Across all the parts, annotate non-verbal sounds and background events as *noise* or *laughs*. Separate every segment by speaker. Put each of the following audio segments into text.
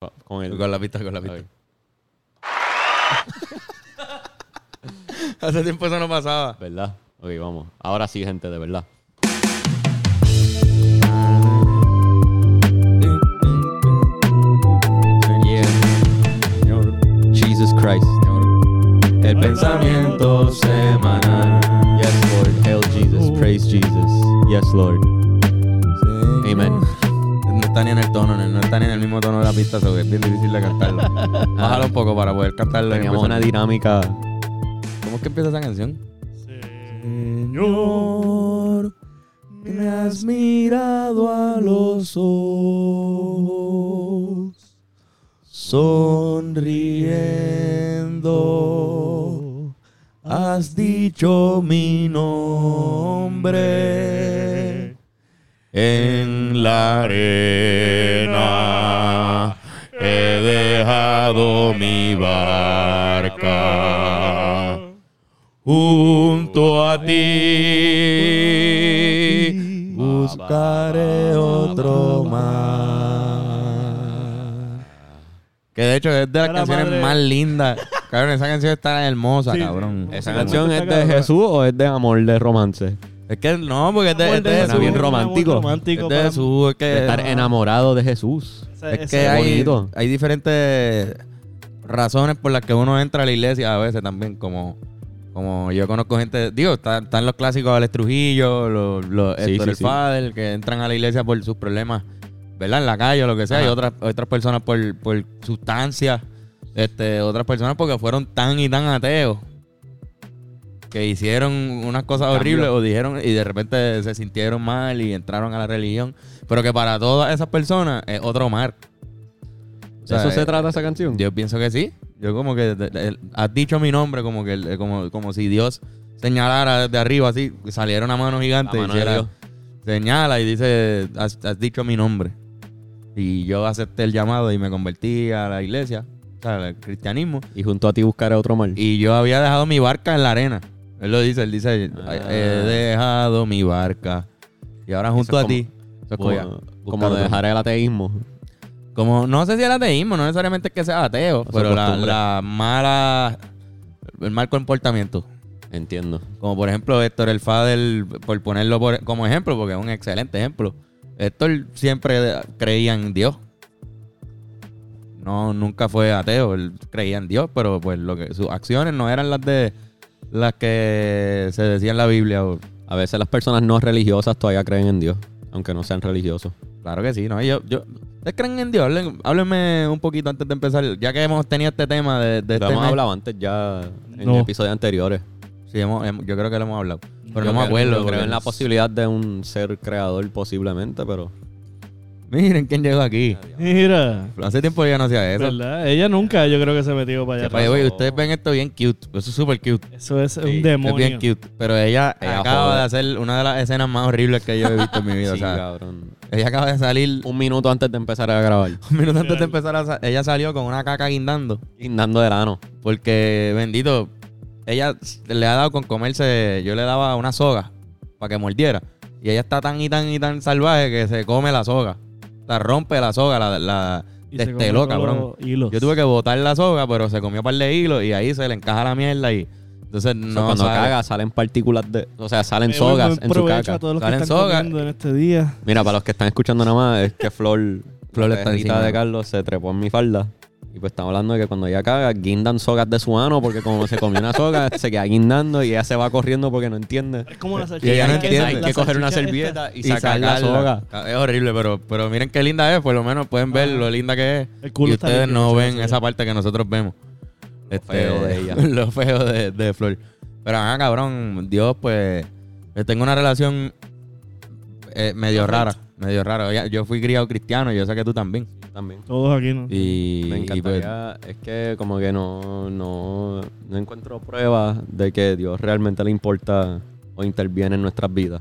Speaker 1: Pa- Con él.
Speaker 2: Con la pista, con la
Speaker 1: A
Speaker 2: pista.
Speaker 1: ver.
Speaker 2: Hace tiempo eso no pasaba.
Speaker 1: ¿Verdad? Ok, vamos. Ahora sí, gente, de verdad.
Speaker 2: Jesus Christ. El
Speaker 1: pensamiento
Speaker 2: semanal.
Speaker 1: Yes, Lord. Hail Jesus. Praise Jesus. Yes, Lord. Amen.
Speaker 2: No está ni en el tono, no está ni en el mismo tono de la pista, so que es bien difícil de *laughs* cantarlo. Bájalo un poco para poder cantarlo. en
Speaker 1: Teníamos una
Speaker 2: persona.
Speaker 1: dinámica.
Speaker 2: ¿Cómo es que empieza esa canción?
Speaker 3: Señor,
Speaker 2: me has mirado a los ojos, sonriendo, has dicho mi nombre en la arena. He dejado mi barca junto a ti buscaré otro mar. Que de hecho es de las
Speaker 3: la
Speaker 2: canciones
Speaker 3: madre.
Speaker 2: más lindas. Cabrón, esa canción está hermosa,
Speaker 3: Sí, sí.
Speaker 2: cabrón.
Speaker 1: ¿Esa
Speaker 3: Esa
Speaker 1: canción es
Speaker 3: canción
Speaker 1: de
Speaker 3: está
Speaker 1: Jesús o es de amor, de romance?
Speaker 2: Es que no, porque este,
Speaker 3: Amor
Speaker 2: este
Speaker 3: de
Speaker 2: es
Speaker 3: Jesús,
Speaker 2: Jesús.
Speaker 1: bien
Speaker 3: un amor
Speaker 1: romántico.
Speaker 3: romántico
Speaker 2: Este es
Speaker 3: para-
Speaker 2: Jesús, es que,
Speaker 1: De estar enamorado de Jesús.
Speaker 3: Ese-
Speaker 2: es
Speaker 3: ese
Speaker 2: que Eh, hay,
Speaker 1: bonito.
Speaker 2: hay diferentes razones por las que uno entra a la iglesia a veces también, como... Como yo conozco gente, digo, está- están, los clásicos Alex Trujillo, los, los
Speaker 1: Sí,
Speaker 2: Héctor
Speaker 1: sí,
Speaker 2: el
Speaker 1: sí.
Speaker 2: Fader, que entran a la iglesia por sus problemas, ¿verdad? En la calle o lo que sea,
Speaker 1: Ajá.
Speaker 2: y otras, otras personas por, por sustancias, este, otras personas porque fueron tan y tan ateos que hicieron unas cosas
Speaker 1: Cambio.
Speaker 2: horribles o dijeron y de repente se sintieron mal y entraron a la religión, pero que para todas esas personas es otro mar. O
Speaker 1: ¿De
Speaker 2: sea,
Speaker 1: eso se
Speaker 2: eh,
Speaker 1: trata esa canción?
Speaker 2: yo pienso que sí. Yo como que de- de- has dicho mi nombre como que eh, como, como si Dios señalara desde arriba así, saliera una mano gigante
Speaker 1: La
Speaker 2: y
Speaker 1: mano de
Speaker 2: hiciera-
Speaker 1: Dios.
Speaker 2: señala y dice has, has dicho mi nombre. Y yo acepté el llamado y me convertí a la iglesia, o sea, al cristianismo.
Speaker 1: Y junto a ti buscaré otro mal.
Speaker 2: Y yo había dejado mi barca en la arena. Él lo dice, él dice,
Speaker 1: Ah.
Speaker 2: he dejado mi barca. Y ahora junto
Speaker 1: es
Speaker 2: a ti. Eso es como, ya,
Speaker 1: como, como
Speaker 2: buscar otro.
Speaker 1: dejar el ateísmo.
Speaker 2: como- no sé si el ateísmo, no necesariamente es que sea ateo,
Speaker 1: sea,
Speaker 2: pero la,
Speaker 1: costumbre.
Speaker 2: la mala, el mal comportamiento.
Speaker 1: Entiendo.
Speaker 2: Como por ejemplo Héctor el Fader, por ponerlo por- como ejemplo, porque es un excelente ejemplo. Héctor siempre creía en Dios. No, nunca fue ateo, él creía en Dios, pero pues lo que sus acciones no eran las de las que se decía en la Biblia. o-
Speaker 1: A veces las personas no religiosas todavía creen en Dios, aunque no sean religiosos.
Speaker 2: Claro que sí, no, yo, yo ¿Ustedes creen en Dios? Hablen- Háblenme un poquito antes de empezar, ya que hemos tenido este tema de, de
Speaker 1: Lo
Speaker 2: este
Speaker 1: hemos
Speaker 2: mes.
Speaker 1: hablado antes ya en
Speaker 3: No.
Speaker 1: episodios anteriores.
Speaker 2: Sí, hemos- hemos- yo creo que lo hemos hablado.
Speaker 1: Yo
Speaker 2: Pero no me
Speaker 1: creo-
Speaker 2: acuerdo.
Speaker 1: yo creo
Speaker 2: porque-
Speaker 1: en la posibilidad de un ser creador posiblemente, pero
Speaker 2: Miren quién llegó aquí.
Speaker 3: Mira,
Speaker 2: Hace tiempo ya no hacía eso.
Speaker 3: ¿verdad? Ella nunca yo creo que se metió para
Speaker 2: Oye,
Speaker 3: allá.
Speaker 2: oye, ustedes ven esto bien cute. Eso es súper cute.
Speaker 3: Eso es
Speaker 1: Sí,
Speaker 3: un
Speaker 2: Es
Speaker 3: demonio.
Speaker 2: bien cute. Pero ella,
Speaker 1: Ella
Speaker 2: acaba
Speaker 1: jode.
Speaker 2: de hacer una de las escenas más horribles que yo he visto en mi vida.
Speaker 1: *laughs*
Speaker 2: o
Speaker 1: sí,
Speaker 2: sea,
Speaker 1: cabrón.
Speaker 2: ella acaba de salir.
Speaker 1: Un minuto antes de empezar a
Speaker 2: *laughs*
Speaker 1: grabar.
Speaker 2: Un minuto antes de empezar a sa- Ella salió con una caca guindando.
Speaker 1: Guindando de lano.
Speaker 2: Porque, bendito, ella s- le ha dado con comerse. Yo le daba una soga para que mordiera. Y ella está tan y tan y tan salvaje que se come la soga. La rompe la soga, la, la
Speaker 3: Y se
Speaker 2: desteló,
Speaker 3: comió
Speaker 2: Este cabrón.
Speaker 3: los Hilos.
Speaker 2: Yo tuve que botar la soga, pero se comió un par de hilos y ahí se le encaja la mierda y entonces
Speaker 1: O
Speaker 2: no
Speaker 1: sea, cuando
Speaker 2: sabe.
Speaker 1: caga salen partículas de... O sea, salen
Speaker 3: Eh, buen-
Speaker 1: sogas
Speaker 3: buen
Speaker 1: en su
Speaker 3: provecho
Speaker 1: caca.
Speaker 3: a todos los que
Speaker 2: Salen
Speaker 3: están
Speaker 2: sogas.
Speaker 3: comiendo en este día.
Speaker 1: Mira, para los que están escuchando nada más, es que Flor,
Speaker 2: *laughs* Flor
Speaker 1: la
Speaker 2: está
Speaker 1: perrita
Speaker 2: encima.
Speaker 1: de Carlos se trepó en mi falda. Y pues estamos hablando de que cuando ella caga, guindan sogas de su ano, porque como se comió una soga, *laughs* se queda guindando y ella se va corriendo porque no entiende.
Speaker 3: Es como la
Speaker 2: Y
Speaker 3: salchicha.
Speaker 2: ella no
Speaker 1: hay, que,
Speaker 2: entiende.
Speaker 1: hay que
Speaker 3: la
Speaker 1: coger una
Speaker 3: salchicha
Speaker 1: servilleta y,
Speaker 2: y
Speaker 1: sacar
Speaker 2: sacarla.
Speaker 1: la soga.
Speaker 2: Es horrible, pero, pero miren qué linda es, por lo menos pueden ver
Speaker 3: Ah.
Speaker 2: lo linda que es.
Speaker 3: esta. El culo
Speaker 2: y
Speaker 3: está
Speaker 2: ustedes
Speaker 3: limpio,
Speaker 2: no
Speaker 3: se
Speaker 2: ven
Speaker 3: consigue.
Speaker 2: esa parte que nosotros vemos. Lo
Speaker 1: feo de ella.
Speaker 2: *laughs* lo feo de, de Flor. Pero ah, cabrón, Dios, pues. eh, Tengo una relación eh, medio rara. Medio rara. Ya- Yo fui criado cristiano, yo sé que tú también.
Speaker 1: También.
Speaker 3: Todos aquí, ¿no?
Speaker 2: Y,
Speaker 1: Me
Speaker 2: y, pues,
Speaker 1: encantaría, es que como que no, no, no encuentro pruebas de que Dios realmente le importa o interviene en nuestras vidas.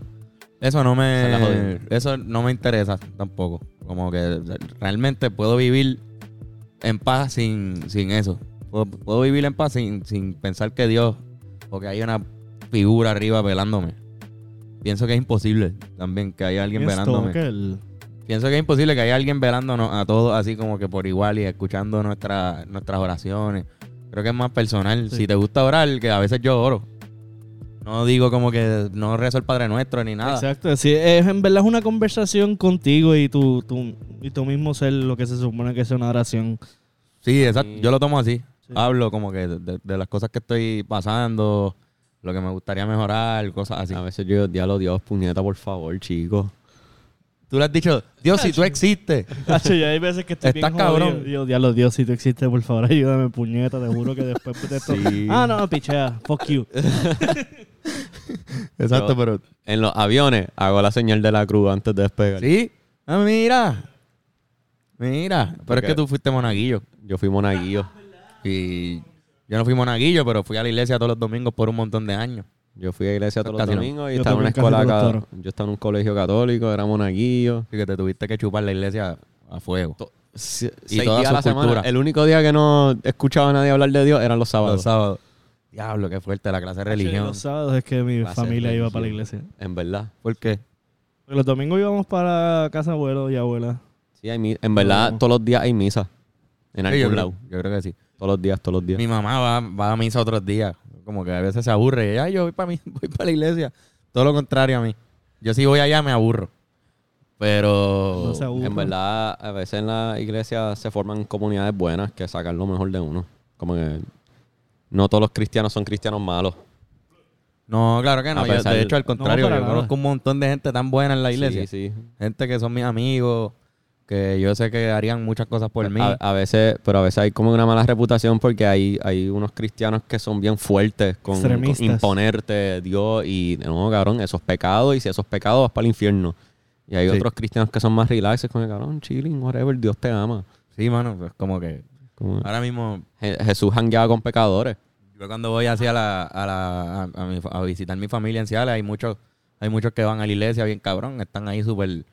Speaker 2: Eso no
Speaker 1: Se la
Speaker 2: me.
Speaker 1: jodieron.
Speaker 2: Eso no me interesa tampoco. Como que realmente puedo vivir en paz sin, sin eso. Puedo, puedo vivir en paz sin, sin pensar que Dios. Porque hay una figura arriba velándome. Pienso que es imposible también que haya alguien
Speaker 3: Esto,
Speaker 2: velándome.
Speaker 3: aquel.
Speaker 2: Pienso que es imposible que haya alguien velándonos a todos así como que por igual y escuchando nuestra- nuestras oraciones. Creo que es más personal.
Speaker 3: Sí.
Speaker 2: Si te gusta orar, que a veces yo oro. No digo como que no rezo el Padre Nuestro ni nada.
Speaker 3: Exacto. Sí, es, en verdad es una conversación contigo y tú, tú, y tú mismo ser lo que se supone que es una oración.
Speaker 2: Sí, exacto.
Speaker 1: Sí.
Speaker 2: Yo lo tomo así.
Speaker 3: Sí.
Speaker 2: Hablo como que de, de- de las cosas que estoy pasando, lo que me gustaría mejorar, cosas así.
Speaker 1: A veces yo digo, diablo, Dios, puñeta, por favor, chico.
Speaker 2: Tú le has dicho, Dios,
Speaker 1: *laughs*
Speaker 2: si tú existes.
Speaker 3: Hacho, ya hay veces que estoy
Speaker 2: Estás
Speaker 3: bien jodido.
Speaker 2: cabrón.
Speaker 3: Dios, diablo, Dios, si tú existes, por favor, ayúdame, puñeta. Te juro que después de esto...
Speaker 1: Sí.
Speaker 3: Ah, no, pichea. Fuck you.
Speaker 2: Exacto,
Speaker 1: Yo-
Speaker 2: pero.
Speaker 1: En los aviones hago la señal de la cruz antes de despegar.
Speaker 2: Sí. Ah, mira. Mira. Pero es
Speaker 1: Porque-
Speaker 2: que tú fuiste monaguillo.
Speaker 1: Yo fui monaguillo.
Speaker 2: Y yo no fui monaguillo, pero fui a la iglesia todos los domingos por un montón de años.
Speaker 1: Yo fui a iglesia todos los
Speaker 2: Casi no.
Speaker 1: domingos y
Speaker 3: Yo
Speaker 1: estaba en una
Speaker 3: también casi
Speaker 1: escuela
Speaker 3: con los
Speaker 1: acá. Yo estaba en un colegio católico, era monaguillo.
Speaker 2: Así que te tuviste que chupar la iglesia a fuego.
Speaker 1: Se-
Speaker 2: Y
Speaker 1: seis
Speaker 2: toda
Speaker 1: días a
Speaker 2: su
Speaker 1: la semana.
Speaker 2: cultura.
Speaker 1: El único día que no escuchaba a nadie hablar de Dios eran los sábados.
Speaker 2: Los sábados. Diablo, qué fuerte la clase de religión.
Speaker 3: Los sábados es que mi
Speaker 1: Va a ser
Speaker 3: familia iba
Speaker 1: religión.
Speaker 3: para la iglesia.
Speaker 1: En verdad.
Speaker 2: ¿Por qué?
Speaker 3: Porque los domingos íbamos para casa de abuelo y abuela.
Speaker 1: Sí, hay mi- en verdad,
Speaker 3: No.
Speaker 1: todos los días hay misa. En
Speaker 2: Sí, yo,
Speaker 1: algún lado.
Speaker 2: creo, yo creo que sí.
Speaker 1: Todos los días, todos los días.
Speaker 2: Mi mamá va, va a misa otros días. Como que a veces se aburre. Y ella, "Ay, yo voy para *laughs* voy para la iglesia. Todo lo contrario a mí. Yo si voy allá me aburro. Pero.
Speaker 3: No se aburre.
Speaker 1: En verdad, a veces en la iglesia se forman comunidades buenas que sacan lo mejor de uno. Como que no todos los cristianos son cristianos malos.
Speaker 2: No, claro que
Speaker 1: A
Speaker 2: no. Yo,
Speaker 1: pesar-
Speaker 2: de hecho, al contrario,
Speaker 3: para
Speaker 2: yo
Speaker 3: nada.
Speaker 2: conozco un montón de gente tan buena en la iglesia.
Speaker 1: Sí, sí.
Speaker 2: Gente que son mis amigos, que yo sé que harían muchas cosas por mí.
Speaker 1: A, a veces, pero a veces hay como una mala reputación porque hay, hay unos cristianos que son bien fuertes con, con
Speaker 3: Extremistas.
Speaker 1: imponerte Dios y no, cabrón, esos pecados y si esos pecados vas para el infierno. Y hay
Speaker 2: Sí.
Speaker 1: otros cristianos que son más relaxes con el cabrón, chilling, whatever, Dios te ama.
Speaker 2: Sí, mano, pues como que
Speaker 1: Como-
Speaker 2: ahora mismo
Speaker 1: Je- Jesús hangueaba con pecadores.
Speaker 2: yo cuando voy hacia la, a, la, a, a mi fa- a visitar mi familia en Seattle, hay muchos hay muchos que van a la iglesia bien cabrón, están ahí súper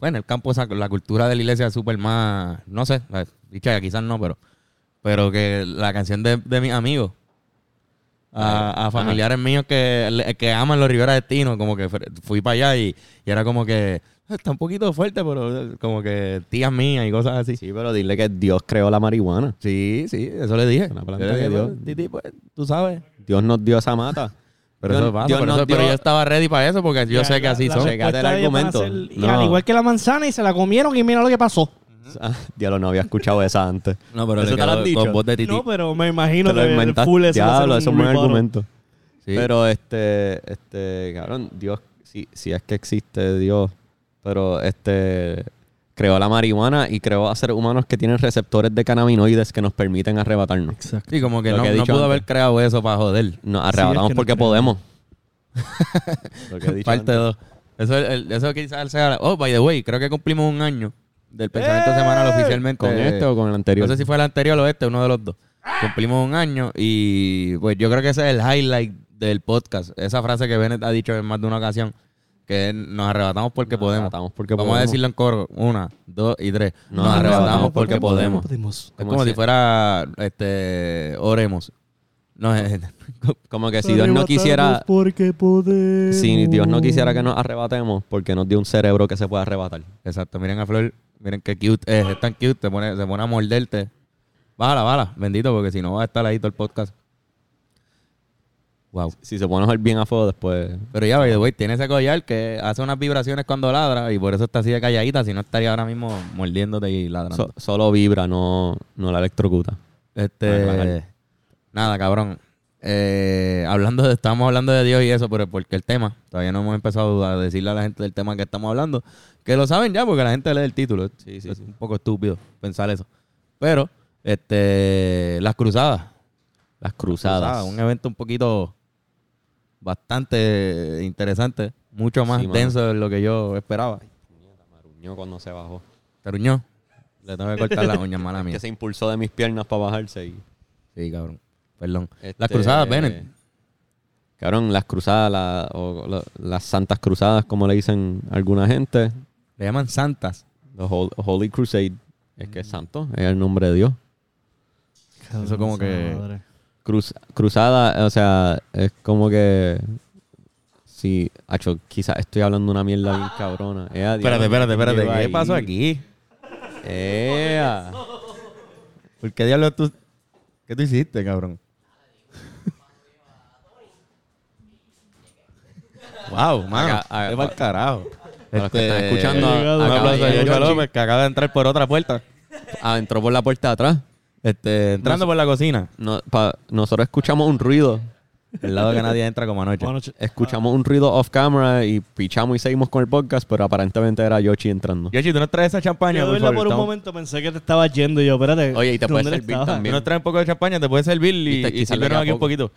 Speaker 2: bueno, el campo esa- la cultura de la iglesia es súper más, no sé, la- dicha quizás no, pero pero que la canción de, de mis amigos a, a familiares míos que, le- que aman los Rivera Destino, como que fre- fui para allá y, y era como que "Ah, está un poquito fuerte, pero eh, como que tías mías y cosas así.
Speaker 1: Sí, pero dile que Dios creó la marihuana.
Speaker 2: Sí, sí, eso le dije.
Speaker 1: Una planta
Speaker 2: Yo le dije,
Speaker 1: que Dios-
Speaker 2: "Bueno, Titi, pues, tú sabes.
Speaker 1: Dios nos dio esa mata.
Speaker 2: *laughs* Pero
Speaker 1: Dios-
Speaker 2: eso pasa,
Speaker 1: Dios
Speaker 2: pero,
Speaker 1: nos
Speaker 2: eso- pero
Speaker 1: dio-
Speaker 2: yo estaba ready para eso porque yo
Speaker 3: Ya,
Speaker 2: sé que
Speaker 3: la-
Speaker 2: así
Speaker 3: la
Speaker 2: son.
Speaker 1: Checate
Speaker 3: respuesta
Speaker 1: el
Speaker 3: de ellos van a
Speaker 1: argumento.
Speaker 3: ser, y al
Speaker 1: No.
Speaker 3: igual que la manzana y se la comieron y mira lo que pasó.
Speaker 1: *laughs* Diablo, no había escuchado esa
Speaker 3: *laughs*
Speaker 1: antes.
Speaker 2: No, pero
Speaker 1: Eso
Speaker 2: le
Speaker 1: te lo
Speaker 2: quedó
Speaker 1: han dicho.
Speaker 2: Con voz de Titi.
Speaker 3: No, pero me imagino
Speaker 1: Te lo
Speaker 3: que el
Speaker 1: inventaste.
Speaker 3: full eso va a ser
Speaker 1: Diablo, eso
Speaker 3: un
Speaker 1: es un buen
Speaker 3: rebuttal.
Speaker 1: argumento.
Speaker 2: Sí.
Speaker 1: pues, Pero este, este, cabrón, Dios, si, si es que existe Dios, pero este creó la marihuana y creó a seres humanos que tienen receptores de cannabinoides que nos permiten arrebatarnos.
Speaker 3: Exacto.
Speaker 2: Sí, como que
Speaker 1: Lo
Speaker 2: no,
Speaker 1: que he
Speaker 2: no
Speaker 1: dicho
Speaker 2: pudo
Speaker 1: antes.
Speaker 2: haber creado eso para joder.
Speaker 1: Nos arrebatamos
Speaker 3: es que no
Speaker 1: porque
Speaker 3: creo. *laughs*
Speaker 1: podemos. Lo
Speaker 2: *laughs*
Speaker 1: que he dicho
Speaker 2: Parte
Speaker 1: antes.
Speaker 2: 2. Eso, es el- eso quizás sea. Oh, by the way, creo que cumplimos un año del pensamiento
Speaker 3: ¡Eh!
Speaker 2: semanal oficialmente.
Speaker 1: ¿Con este o con el anterior?
Speaker 2: No sé si fue el anterior o este, uno de los dos. Cumplimos un año y pues yo creo que ese es el highlight del podcast. Esa frase que Bennett ha dicho en más de una ocasión, que nos arrebatamos porque
Speaker 1: Nos
Speaker 2: podemos.
Speaker 1: arrebatamos porque
Speaker 2: Vamos a
Speaker 1: podemos.
Speaker 2: decirlo en coro. Una, dos y tres. Nos,
Speaker 1: Nos
Speaker 2: arrebatamos,
Speaker 1: arrebatamos
Speaker 2: porque,
Speaker 1: porque
Speaker 2: podemos.
Speaker 3: podemos.
Speaker 2: Es
Speaker 1: Como
Speaker 2: como si
Speaker 1: si-
Speaker 2: fuera, este, oremos. No, es- *laughs*
Speaker 1: *laughs* Como que si Dios no quisiera,
Speaker 3: Arrebatarnos Porque podemos.
Speaker 1: si Dios no quisiera que nos arrebatemos, porque nos dio un cerebro que se puede arrebatar.
Speaker 2: exacto. Miren a Flor, miren qué cute es. Es tan cute, te pone, se pone a morderte. Bájala, bájala, bendito, porque si no va a estar ahí todo el podcast. Wow.
Speaker 1: Si se pone a jugar bien a fuego después,
Speaker 2: Pero ya, by the way, tiene ese collar que hace unas vibraciones cuando ladra y por eso está así de calladita, si no estaría ahora mismo mordiéndote y ladrando.
Speaker 1: so- solo vibra, no, no la electrocuta.
Speaker 2: este,
Speaker 1: Ah, claro.
Speaker 2: nada, cabrón. Eh, hablando de, estamos hablando de Dios y eso, pero porque el tema, todavía no hemos empezado a decirle a la gente del tema que estamos hablando, que lo saben ya porque la gente lee el título.
Speaker 1: Sí, sí,
Speaker 2: es
Speaker 1: sí.
Speaker 2: un poco estúpido pensar eso. Pero, este, las cruzadas.
Speaker 1: Las
Speaker 2: Cruzada,
Speaker 1: cruzadas.
Speaker 2: un evento un poquito bastante interesante, mucho más
Speaker 1: Sí, mano.
Speaker 2: denso de lo que yo esperaba.
Speaker 1: Maruñó cuando se bajó.
Speaker 2: Te ruñó. Le tengo que cortar
Speaker 1: *laughs*
Speaker 2: las uñas, mala mía.
Speaker 1: Que se impulsó de mis piernas para bajarse y...
Speaker 2: Sí, cabrón. Perdón.
Speaker 1: Este,
Speaker 2: Las cruzadas, Bennett.
Speaker 1: Cabrón, las cruzadas, la- o la- las santas cruzadas, como le dicen alguna gente.
Speaker 2: Le llaman santas.
Speaker 1: The Hol- Holy Crusade. Es que es santo, es el nombre de Dios.
Speaker 2: Eso como que-
Speaker 3: Madre.
Speaker 1: Cruz- cruzada, o sea, es como que Sí, acho, quizás estoy hablando una mierda bien cabrona. Ea,
Speaker 2: Espérate,
Speaker 1: diablo,
Speaker 2: espérate, espérate.
Speaker 1: llegó
Speaker 2: ¿Qué
Speaker 1: ahí.
Speaker 2: pasó aquí?
Speaker 1: Ea.
Speaker 2: ¿Por qué diablos tú... ¿Qué tú hiciste, cabrón? *laughs* wow, mano.
Speaker 1: Acá- acá-
Speaker 2: Qué mal carajo. Este,
Speaker 1: Para los que están escuchando,
Speaker 2: un
Speaker 3: acaba de
Speaker 2: aplauso a
Speaker 1: llegar
Speaker 2: George
Speaker 1: Georgie.
Speaker 2: López, que acaba de entrar por otra puerta.
Speaker 1: Ah, entró por la puerta de atrás.
Speaker 2: Este, entrando por la cocina.
Speaker 1: No- pa- nosotros escuchamos un ruido.
Speaker 2: El lado que nadie entra como anoche.
Speaker 3: Buenas noches.
Speaker 1: Escuchamos un ruido off camera y pichamos y seguimos con el podcast, pero aparentemente era Yoshi entrando.
Speaker 2: Yoshi, tú nos traes esa champaña,
Speaker 3: Yo de
Speaker 2: por
Speaker 3: verdad
Speaker 2: favor.
Speaker 3: por un
Speaker 2: Estamos-
Speaker 3: momento pensé que te estabas yendo y yo, espérate.
Speaker 1: Oye, y te puedes
Speaker 3: ¿dónde él
Speaker 1: servir
Speaker 3: estaba?
Speaker 1: también.
Speaker 2: Tú nos traes un poco de champaña, te puede servir y,
Speaker 1: Viste, quizás
Speaker 2: y
Speaker 1: le
Speaker 2: sirvieron
Speaker 1: queda
Speaker 2: aquí un
Speaker 1: poco.
Speaker 2: poquito.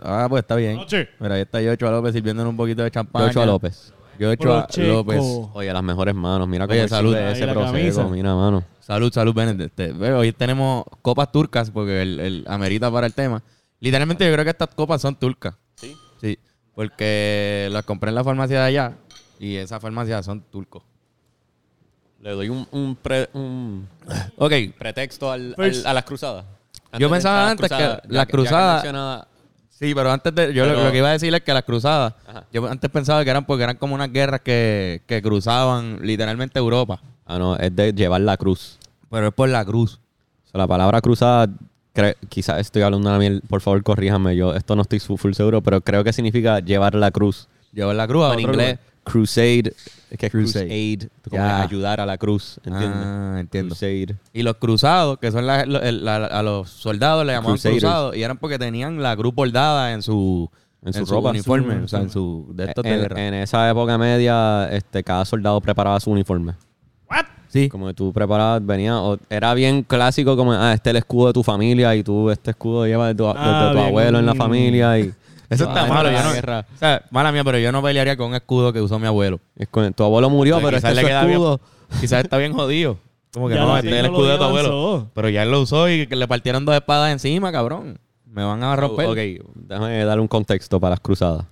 Speaker 2: Ah, pues está bien.
Speaker 3: Noche.
Speaker 2: Mira, ahí está Yocho López sirviéndonos un poquito de champaña.
Speaker 1: Yocho a López.
Speaker 2: Yocho a
Speaker 3: Procheco.
Speaker 2: López.
Speaker 1: Oye, las mejores manos. Mira cómo
Speaker 2: Oye,
Speaker 1: él
Speaker 2: salud.
Speaker 1: sirve
Speaker 3: Ahí
Speaker 1: ese
Speaker 3: la
Speaker 1: proceso.
Speaker 3: camisa.
Speaker 1: Mira, mano.
Speaker 2: Salud, salud, Benedict. Este, bueno, Hoy tenemos copas turcas porque el, el amerita para el tema. Literalmente yo creo que estas copas son turcas.
Speaker 1: ¿Sí?
Speaker 2: Sí, porque las compré en la farmacia de allá y esas farmacias son turcos.
Speaker 1: Le doy un, un, pre- un
Speaker 2: Ok,
Speaker 1: pretexto al-
Speaker 3: First.
Speaker 1: al- a las cruzadas.
Speaker 2: Yo pensaba
Speaker 1: de- a
Speaker 2: antes que
Speaker 1: cruzadas,
Speaker 2: las
Speaker 1: ya ya
Speaker 2: cruzadas-
Speaker 1: que mencionaba-
Speaker 2: sí, pero antes de... Yo lo-
Speaker 1: Pero-
Speaker 2: lo, que iba a decir es que las cruzadas,
Speaker 1: Ajá.
Speaker 2: yo antes pensaba que eran porque eran como unas guerras que, que cruzaban literalmente Europa,
Speaker 1: Ah, no, es de llevar la cruz.
Speaker 2: pero es por la cruz.
Speaker 1: O sea, la palabra cruzada, cre- quizás estoy hablando una miel, por favor corríjame, yo esto no estoy su- full seguro, pero creo que significa llevar la cruz.
Speaker 2: Llevar la cruz a
Speaker 1: O en
Speaker 2: otro
Speaker 1: inglés,
Speaker 2: lugar.
Speaker 1: crusade, es que es
Speaker 2: Crusade.
Speaker 1: crusade, como
Speaker 2: Ya.
Speaker 1: ayudar a la cruz, ¿entiendes?
Speaker 2: Ah, entiendo.
Speaker 1: Crusade.
Speaker 2: Y los cruzados, que son la- lo- el- la- a los soldados le llamaban
Speaker 1: Crusaders.
Speaker 2: cruzados, y eran porque tenían la cruz bordada en su,
Speaker 1: En su ropa.
Speaker 2: uniforme,
Speaker 3: Su
Speaker 2: o sea, en su de estos de
Speaker 1: En,
Speaker 2: guerra.
Speaker 1: en esa época media, este, cada soldado preparaba su uniforme.
Speaker 2: sí.
Speaker 1: Como que tú preparabas, venía, o- era bien clásico como, ah, este es el escudo de tu familia y tú este escudo llevas de tu, de tu
Speaker 3: Ah, bien.
Speaker 1: abuelo en la familia y...
Speaker 2: *laughs* Eso está
Speaker 1: Ah,
Speaker 2: malo,
Speaker 1: la
Speaker 2: yo no,
Speaker 1: guerra.
Speaker 2: o sea, mala mía, pero yo no pelearía con un escudo que usó mi abuelo.
Speaker 1: Es con- tu abuelo murió,
Speaker 2: O sea,
Speaker 1: pero este
Speaker 2: quizás
Speaker 1: es
Speaker 2: le
Speaker 1: su
Speaker 2: queda
Speaker 1: escudo.
Speaker 2: bien- quizás está bien jodido. Como que
Speaker 3: Ya
Speaker 2: no,
Speaker 3: la
Speaker 2: este es el escudo
Speaker 3: tecnología
Speaker 2: de tu abuelo.
Speaker 3: avanzó.
Speaker 2: Pero ya él lo usó y que le partieron dos espadas encima, cabrón. Me van a romper.
Speaker 1: Ok, déjame dar un contexto para las cruzadas.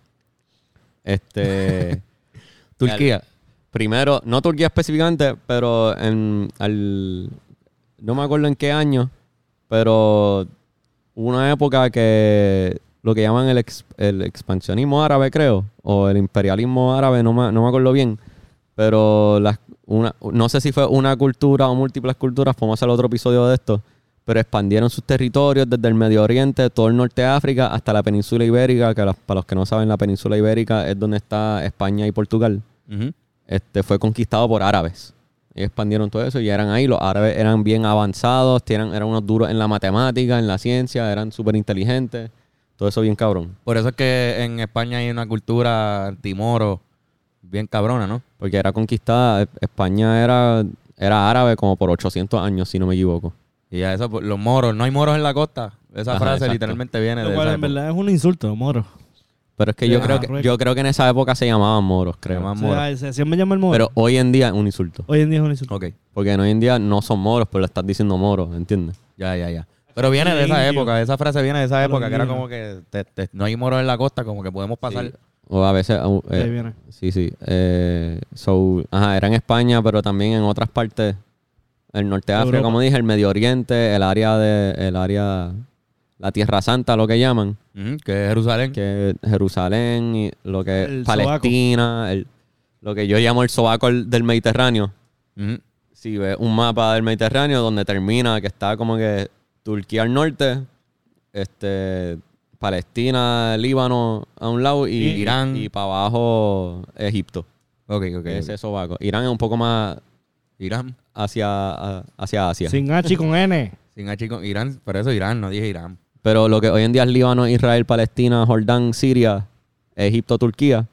Speaker 1: Este.
Speaker 2: *laughs* Turquía.
Speaker 1: primero, no Turquía específicamente, pero en. Al, no me acuerdo en qué año, pero hubo una época que lo que llaman el, ex- el expansionismo árabe, creo, o el imperialismo árabe, no me, no me acuerdo bien, pero las, una, no sé si fue una cultura o múltiples culturas, podemos hacer otro episodio de esto, pero expandieron sus territorios desde el Medio Oriente, todo el Norte de África, hasta la península ibérica, que las- para los que no saben, la península ibérica es donde está España y Portugal
Speaker 2: Ujú.
Speaker 1: este, fue conquistado por árabes. Y expandieron todo eso y eran ahí. Los árabes eran bien avanzados, eran, eran unos duros en la matemática, en la ciencia, eran súper inteligentes. Todo eso bien cabrón.
Speaker 2: Por eso es que en España hay una cultura antimoro bien cabrona, ¿no?
Speaker 1: Porque era conquistada, e, España era, era árabe como por 800 años, si no me equivoco.
Speaker 2: Y a eso, pues, los moros, no hay moros en la costa. Esa
Speaker 1: Ajá,
Speaker 2: frase
Speaker 1: exacto.
Speaker 2: literalmente viene de.
Speaker 3: Lo cual
Speaker 2: esa
Speaker 3: en
Speaker 2: época.
Speaker 3: verdad es un insulto, moro.
Speaker 1: Pero es que yo,
Speaker 3: Ah,
Speaker 1: creo que
Speaker 3: correcto.
Speaker 1: yo creo que en esa época se llamaban moros, creo.
Speaker 2: llamaban
Speaker 3: O
Speaker 2: Moro.
Speaker 3: sea, si así me llama el moro.
Speaker 1: Pero hoy en día es un insulto.
Speaker 3: hoy en día es un insulto.
Speaker 2: Ok,
Speaker 1: Porque hoy en día no son moros, pero le estás diciendo moros, ¿entiendes?
Speaker 2: ya, ya, ya. Pero viene de
Speaker 3: Sí,
Speaker 2: esa
Speaker 3: indio.
Speaker 2: época, esa frase viene de esa
Speaker 3: Los
Speaker 2: época, que era
Speaker 3: indígenas.
Speaker 2: como que te- te- no hay moros en la costa, como que podemos pasar.
Speaker 1: O a veces... uh,
Speaker 3: De ahí
Speaker 1: eh,
Speaker 3: viene.
Speaker 1: Sí, sí. Eh, so, ajá, era en España, pero también en otras partes. El norte de África,
Speaker 3: Europa.
Speaker 1: como dije, el Medio Oriente, el área de, el área, la Tierra Santa, lo que llaman,
Speaker 2: Ujú, que es Jerusalén.
Speaker 1: que es Jerusalén y lo que
Speaker 3: El
Speaker 1: Palestina, el- lo que yo llamo el sobaco el- del Mediterráneo.
Speaker 2: Ujú.
Speaker 1: Si ves un mapa del Mediterráneo donde termina, que está como que Turquía al norte, este, Palestina, Líbano a un lado y,
Speaker 2: Y- Irán.
Speaker 1: y para abajo Egipto.
Speaker 2: Ok, ok. ok.
Speaker 1: Ese sobaco. Irán es un poco más
Speaker 2: Irán.
Speaker 1: hacia, a- hacia Asia.
Speaker 3: Sin H y con N.
Speaker 2: Sin H y con Irán, pero eso Irán, no dije Irán.
Speaker 1: Pero lo que hoy en día es Líbano, Israel, Palestina, Jordán, Siria, Egipto, Turquía,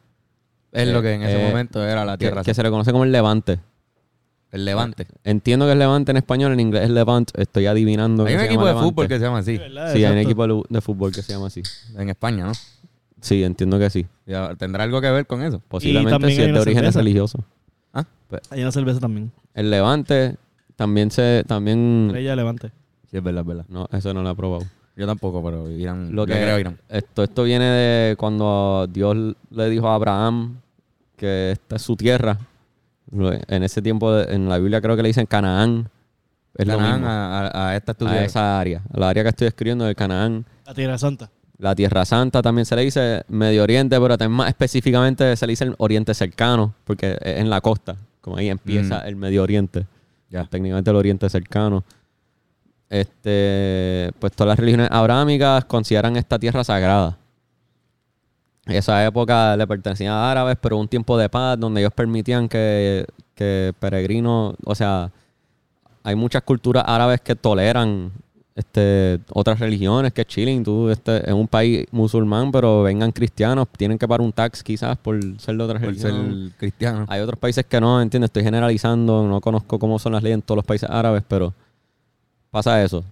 Speaker 2: Es
Speaker 1: Eh,
Speaker 2: lo que en ese
Speaker 1: eh,
Speaker 2: momento era la
Speaker 1: que,
Speaker 2: tierra.
Speaker 1: que se le conoce como el Levante.
Speaker 2: el Levante.
Speaker 1: Entiendo que es Levante en español, en inglés es Levant. Estoy adivinando.
Speaker 2: Hay
Speaker 1: que
Speaker 2: un
Speaker 1: se
Speaker 2: equipo
Speaker 1: llama
Speaker 2: de
Speaker 1: Levante.
Speaker 2: fútbol que se llama así,
Speaker 1: Sí, hay un equipo de lu- de fútbol que se llama así.
Speaker 2: en España, ¿no?
Speaker 1: Sí, entiendo que sí.
Speaker 2: Ya, ¿Tendrá algo que ver con eso? Pues,
Speaker 1: Posiblemente si
Speaker 3: también hay
Speaker 1: es de
Speaker 3: una
Speaker 1: origen
Speaker 3: cerveza.
Speaker 1: religioso.
Speaker 2: Ah,
Speaker 3: Hay una cerveza también.
Speaker 1: El Levante también se. también
Speaker 3: Ella levante.
Speaker 2: sí, es verdad, es verdad.
Speaker 1: No, eso no lo he probado.
Speaker 2: Yo tampoco, pero Irán.
Speaker 1: Lo
Speaker 2: yo
Speaker 1: que
Speaker 2: creo Irán.
Speaker 1: Esto, esto viene de cuando Dios le dijo a Abraham que esta es su tierra. Lo- En ese tiempo, de- en la Biblia creo que le dicen Canaán. Es
Speaker 2: Canaán ah,
Speaker 1: lo mismo.
Speaker 2: a, a- a esta
Speaker 1: A
Speaker 2: estudiante.
Speaker 1: esa área. A la área que estoy escribiendo de Canaán.
Speaker 3: La Tierra Santa.
Speaker 1: La Tierra Santa también se le dice Medio Oriente, pero también más específicamente se le dice el Oriente Cercano, porque es en la costa, como ahí empieza el Medio Oriente.
Speaker 2: Mm. Ya.
Speaker 1: Técnicamente el Oriente Cercano. Este, pues todas las religiones abrámicas consideran esta tierra sagrada. Esa época le pertenecía a árabes, pero un tiempo de paz donde ellos permitían que, que peregrinos, o sea, hay muchas culturas árabes que toleran este, otras religiones, que es chilling, tú este, en un país musulmán, pero vengan cristianos, tienen que pagar un tax quizás por ser de otra
Speaker 2: Por
Speaker 1: religión.
Speaker 2: ser cristiano.
Speaker 1: Hay otros países que no, entiendo, estoy generalizando, no conozco cómo son las leyes en todos los países árabes, pero pasa eso.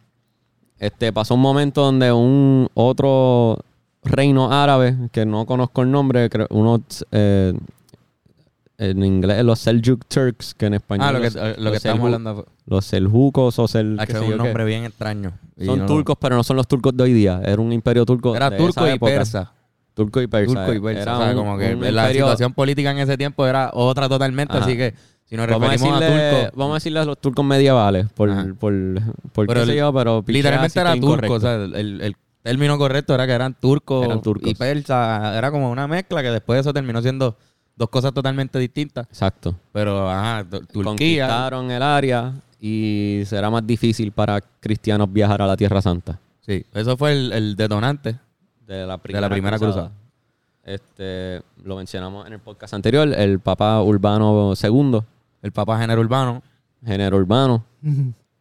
Speaker 1: Este, pasó un momento donde un otro reino árabe, que no conozco el nombre, creo- uno eh, en inglés los Seljuk Turks, que en español
Speaker 2: Ah, lo que,
Speaker 1: los,
Speaker 2: lo que
Speaker 1: los
Speaker 2: estamos
Speaker 1: Seljuk-
Speaker 2: hablando.
Speaker 1: los Seljucos o Sel,
Speaker 2: Ah,
Speaker 1: qué
Speaker 2: que es
Speaker 1: sé yo
Speaker 2: un
Speaker 1: qué.
Speaker 2: nombre bien extraño. Y
Speaker 1: Son
Speaker 2: no lo-
Speaker 1: turcos, pero no son los turcos de hoy día. Era un imperio turco.
Speaker 2: Era
Speaker 1: de
Speaker 2: turco
Speaker 1: esa
Speaker 2: y
Speaker 1: época.
Speaker 2: persa.
Speaker 1: Turco y persa.
Speaker 2: Turco y persa.
Speaker 1: Era
Speaker 2: o sea,
Speaker 1: un-
Speaker 2: como que
Speaker 1: un
Speaker 2: la
Speaker 1: imperio-
Speaker 2: situación política en ese tiempo era otra totalmente.
Speaker 1: Ajá.
Speaker 2: Así que si nos
Speaker 1: Vamos a,
Speaker 2: referimos a,
Speaker 1: decirle,
Speaker 2: turco,
Speaker 1: vamos a decirle a los turcos medievales por,
Speaker 2: Ajá.
Speaker 1: por, por
Speaker 2: Pero
Speaker 1: qué sé
Speaker 2: el-
Speaker 1: yo, pero pichea,
Speaker 2: literalmente
Speaker 1: sí
Speaker 2: era
Speaker 1: está
Speaker 2: turco.
Speaker 1: incorrecto.
Speaker 2: O sea, el, el término correcto era que eran turcos,
Speaker 1: Eran turcos.
Speaker 2: y persas. Era como una mezcla que después de eso terminó siendo dos cosas totalmente distintas.
Speaker 1: Exacto.
Speaker 2: Pero, ajá, tu- Turquía.
Speaker 1: Conquistaron el área y será más difícil para cristianos viajar a la Tierra Santa.
Speaker 2: Sí, eso fue el, el detonante.
Speaker 1: De la
Speaker 2: primera cruzada.
Speaker 1: Este, lo mencionamos en el podcast anterior, el Papa Urbano II,
Speaker 2: El papá género urbano,
Speaker 1: género urbano.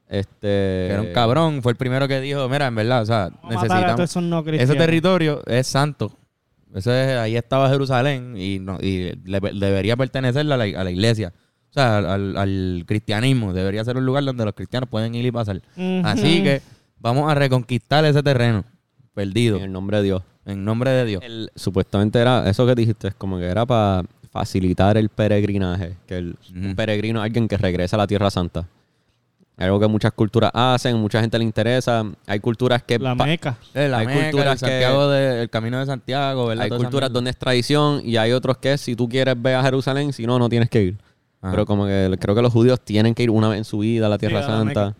Speaker 1: Este,
Speaker 2: que era un cabrón, fue el primero que dijo, mira, en verdad, o sea,
Speaker 3: Vamos a matar a todos
Speaker 2: necesitamos...
Speaker 3: esos no
Speaker 2: Ese
Speaker 3: cristianos.
Speaker 2: territorio es santo. Eso es, ahí estaba Jerusalén y, no, y le- debería pertenecer a la, a la iglesia. O sea, al, al cristianismo. Debería ser un lugar donde los cristianos pueden ir y pasar.
Speaker 3: Ujú.
Speaker 2: Así que vamos a reconquistar ese terreno perdido
Speaker 1: En el nombre de Dios.
Speaker 2: en nombre de Dios.
Speaker 1: El- supuestamente era, eso que dijiste, es como que era para facilitar el peregrinaje, que el,
Speaker 2: Ujú.
Speaker 1: un peregrino es alguien que regresa a la Tierra Santa. Algo que muchas culturas hacen, mucha gente le interesa. Hay culturas que
Speaker 3: La
Speaker 1: pa-
Speaker 3: Meca.
Speaker 2: Eh, la
Speaker 1: hay
Speaker 2: Meca,
Speaker 1: culturas
Speaker 2: el, Santiago de- el camino de Santiago, ¿verdad?
Speaker 1: hay
Speaker 2: Toda esa
Speaker 1: culturas
Speaker 2: mierda.
Speaker 1: donde es tradición y hay otros que si tú quieres ve a Jerusalén, si no no tienes que ir.
Speaker 2: Ajá.
Speaker 1: Pero como que creo que los judíos tienen que ir una vez en su vida a la Tierra
Speaker 3: Sí, a la
Speaker 1: Santa.
Speaker 3: Meca.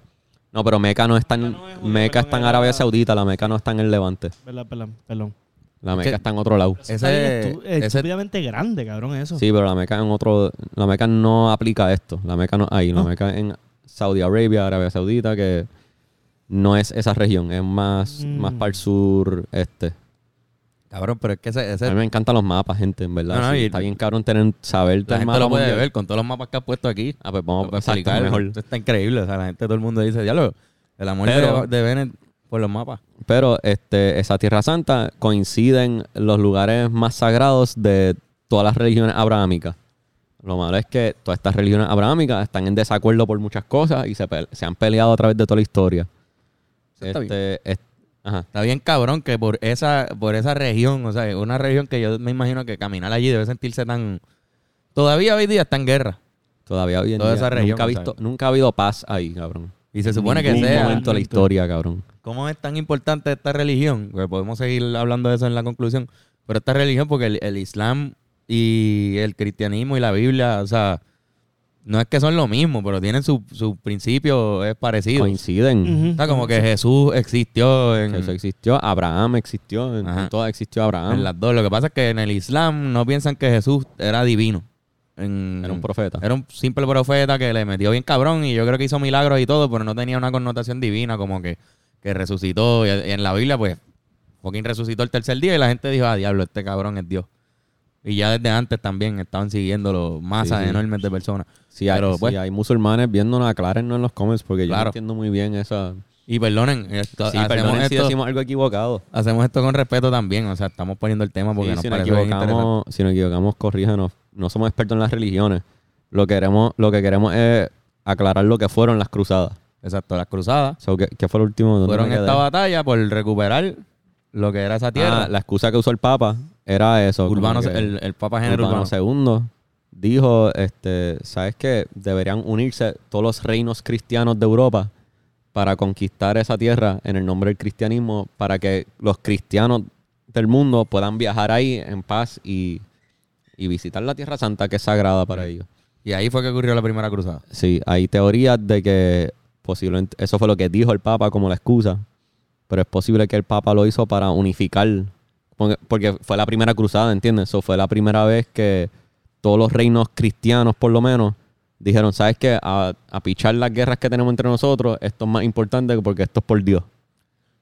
Speaker 1: No, pero Meca no está en
Speaker 3: Meca no es judío,
Speaker 1: Meca
Speaker 3: perdón,
Speaker 1: está en
Speaker 3: era-
Speaker 1: Arabia Saudita, la Meca no está en el Levante.
Speaker 3: Perdón, perdón, perdón.
Speaker 1: La
Speaker 2: que-
Speaker 1: Meca está en otro lado.
Speaker 2: Ese-
Speaker 3: Está bien estu-
Speaker 2: ese-
Speaker 3: estúpidamente grande, cabrón, eso.
Speaker 1: Sí, pero la Meca en otro, la Meca no aplica esto. La Meca no hay, la
Speaker 3: ¿No?
Speaker 1: Meca en Saudi Arabia, Arabia Saudita, que no es esa región, es más,
Speaker 3: Mm.
Speaker 1: más para el sur este.
Speaker 2: Cabrón, pero es que ese, ese-
Speaker 1: A mí me encantan los mapas, gente, en verdad.
Speaker 2: No, no,
Speaker 1: Sí,
Speaker 2: y-
Speaker 1: está bien cabrón tener saber
Speaker 2: la
Speaker 1: del
Speaker 2: gente
Speaker 1: mapa
Speaker 2: lo puede
Speaker 1: mundial.
Speaker 2: ver con todos los mapas que has puesto aquí.
Speaker 1: Ah, pues vamos
Speaker 2: Para
Speaker 1: a explicar
Speaker 2: explicarlo.
Speaker 1: mejor.
Speaker 2: Esto está increíble. O sea, la gente, todo el mundo dice, diálogo. El amor
Speaker 1: Pero-
Speaker 2: de, de Bennett por los mapas.
Speaker 1: Pero este, esa Tierra Santa coinciden los lugares más sagrados de todas las religiones abrahámicas. Lo malo es que todas estas religiones abrahámicas están en desacuerdo por muchas cosas y se, pe- se han peleado a través de toda la historia.
Speaker 2: Eso está bien.
Speaker 1: Este, es- ajá.
Speaker 2: Está bien cabrón que por esa, por esa región, o sea, una región que yo me imagino que caminar allí debe sentirse tan... Todavía hoy día está en guerra.
Speaker 1: Todavía hoy en
Speaker 2: Toda
Speaker 1: día
Speaker 2: esa región,
Speaker 1: nunca, ha visto,
Speaker 2: ¿sabes?
Speaker 1: nunca ha habido paz ahí, cabrón.
Speaker 2: Y se supone que
Speaker 1: Ningún
Speaker 2: sea.
Speaker 1: momento de la historia, cabrón.
Speaker 2: ¿Cómo es tan importante esta religión? Que podemos seguir hablando de eso en la conclusión. Pero esta religión, porque el, el Islam y el cristianismo y la Biblia, o sea, no es que son lo mismo, pero tienen su, su principio, es parecido. O
Speaker 1: Coinciden.
Speaker 3: Ujú.
Speaker 2: sea, como que Jesús existió en,
Speaker 1: Eso existió. Abraham existió. En,
Speaker 2: Ajá.
Speaker 1: en todas existió Abraham.
Speaker 2: en las dos. Lo que pasa es que en el Islam no piensan que Jesús era divino. En-
Speaker 1: Era un profeta.
Speaker 2: Era un simple profeta que le metió bien cabrón y yo creo que hizo milagros y todo, pero no tenía una connotación divina como que, que resucitó. Y y en la Biblia, pues, Joaquín resucitó el tercer día y la gente dijo, ah, diablo, este cabrón es Dios. Y ya desde antes también estaban siguiéndolo masas
Speaker 1: Sí, sí.
Speaker 2: enormes de personas.
Speaker 1: Si hay,
Speaker 2: Pero,
Speaker 1: si
Speaker 2: pues-
Speaker 1: hay musulmanes viéndonos, aclárennos en los comments porque yo no
Speaker 2: Claro.
Speaker 1: entiendo muy bien esa.
Speaker 2: Y perdonen, esto-
Speaker 1: Sí,
Speaker 2: hacemos,
Speaker 1: perdonen si
Speaker 2: esto,
Speaker 1: decimos algo equivocado.
Speaker 2: hacemos esto con respeto también. O sea, estamos poniendo el tema porque
Speaker 1: Sí,
Speaker 2: nos
Speaker 1: si, nos
Speaker 2: parece bien interesante.
Speaker 1: equivocamos, si nos equivocamos, corríjanos. No somos expertos en las religiones. Lo, queremos, lo que queremos es aclarar lo que fueron las cruzadas.
Speaker 2: Exacto, las cruzadas.
Speaker 1: So, ¿qué, qué fue lo último? ¿Dónde
Speaker 2: fueron
Speaker 1: me quedé?
Speaker 2: esta batalla por recuperar lo que era esa tierra.
Speaker 1: Ah, la excusa que usó el Papa era eso. como
Speaker 2: Urbano,
Speaker 1: que
Speaker 2: el, el Papa Género
Speaker 1: Urbano
Speaker 2: Urbano.
Speaker 1: II dijo, este, ¿sabes qué? Deberían unirse todos los reinos cristianos de Europa para conquistar esa tierra en el nombre del cristianismo, para que los cristianos del mundo puedan viajar ahí en paz y, y visitar la Tierra Santa que es sagrada para ellos.
Speaker 2: Y ahí fue que ocurrió la primera cruzada.
Speaker 1: Sí, hay teorías de que posiblemente eso fue lo que dijo el Papa como la excusa. pero es posible que el Papa lo hizo para unificar, porque- porque fue la primera cruzada, ¿entiendes? Eso fue la primera vez que todos los reinos cristianos, por lo menos, dijeron, ¿sabes qué? A, a pichar las guerras que tenemos entre nosotros, esto es más importante porque esto es por Dios.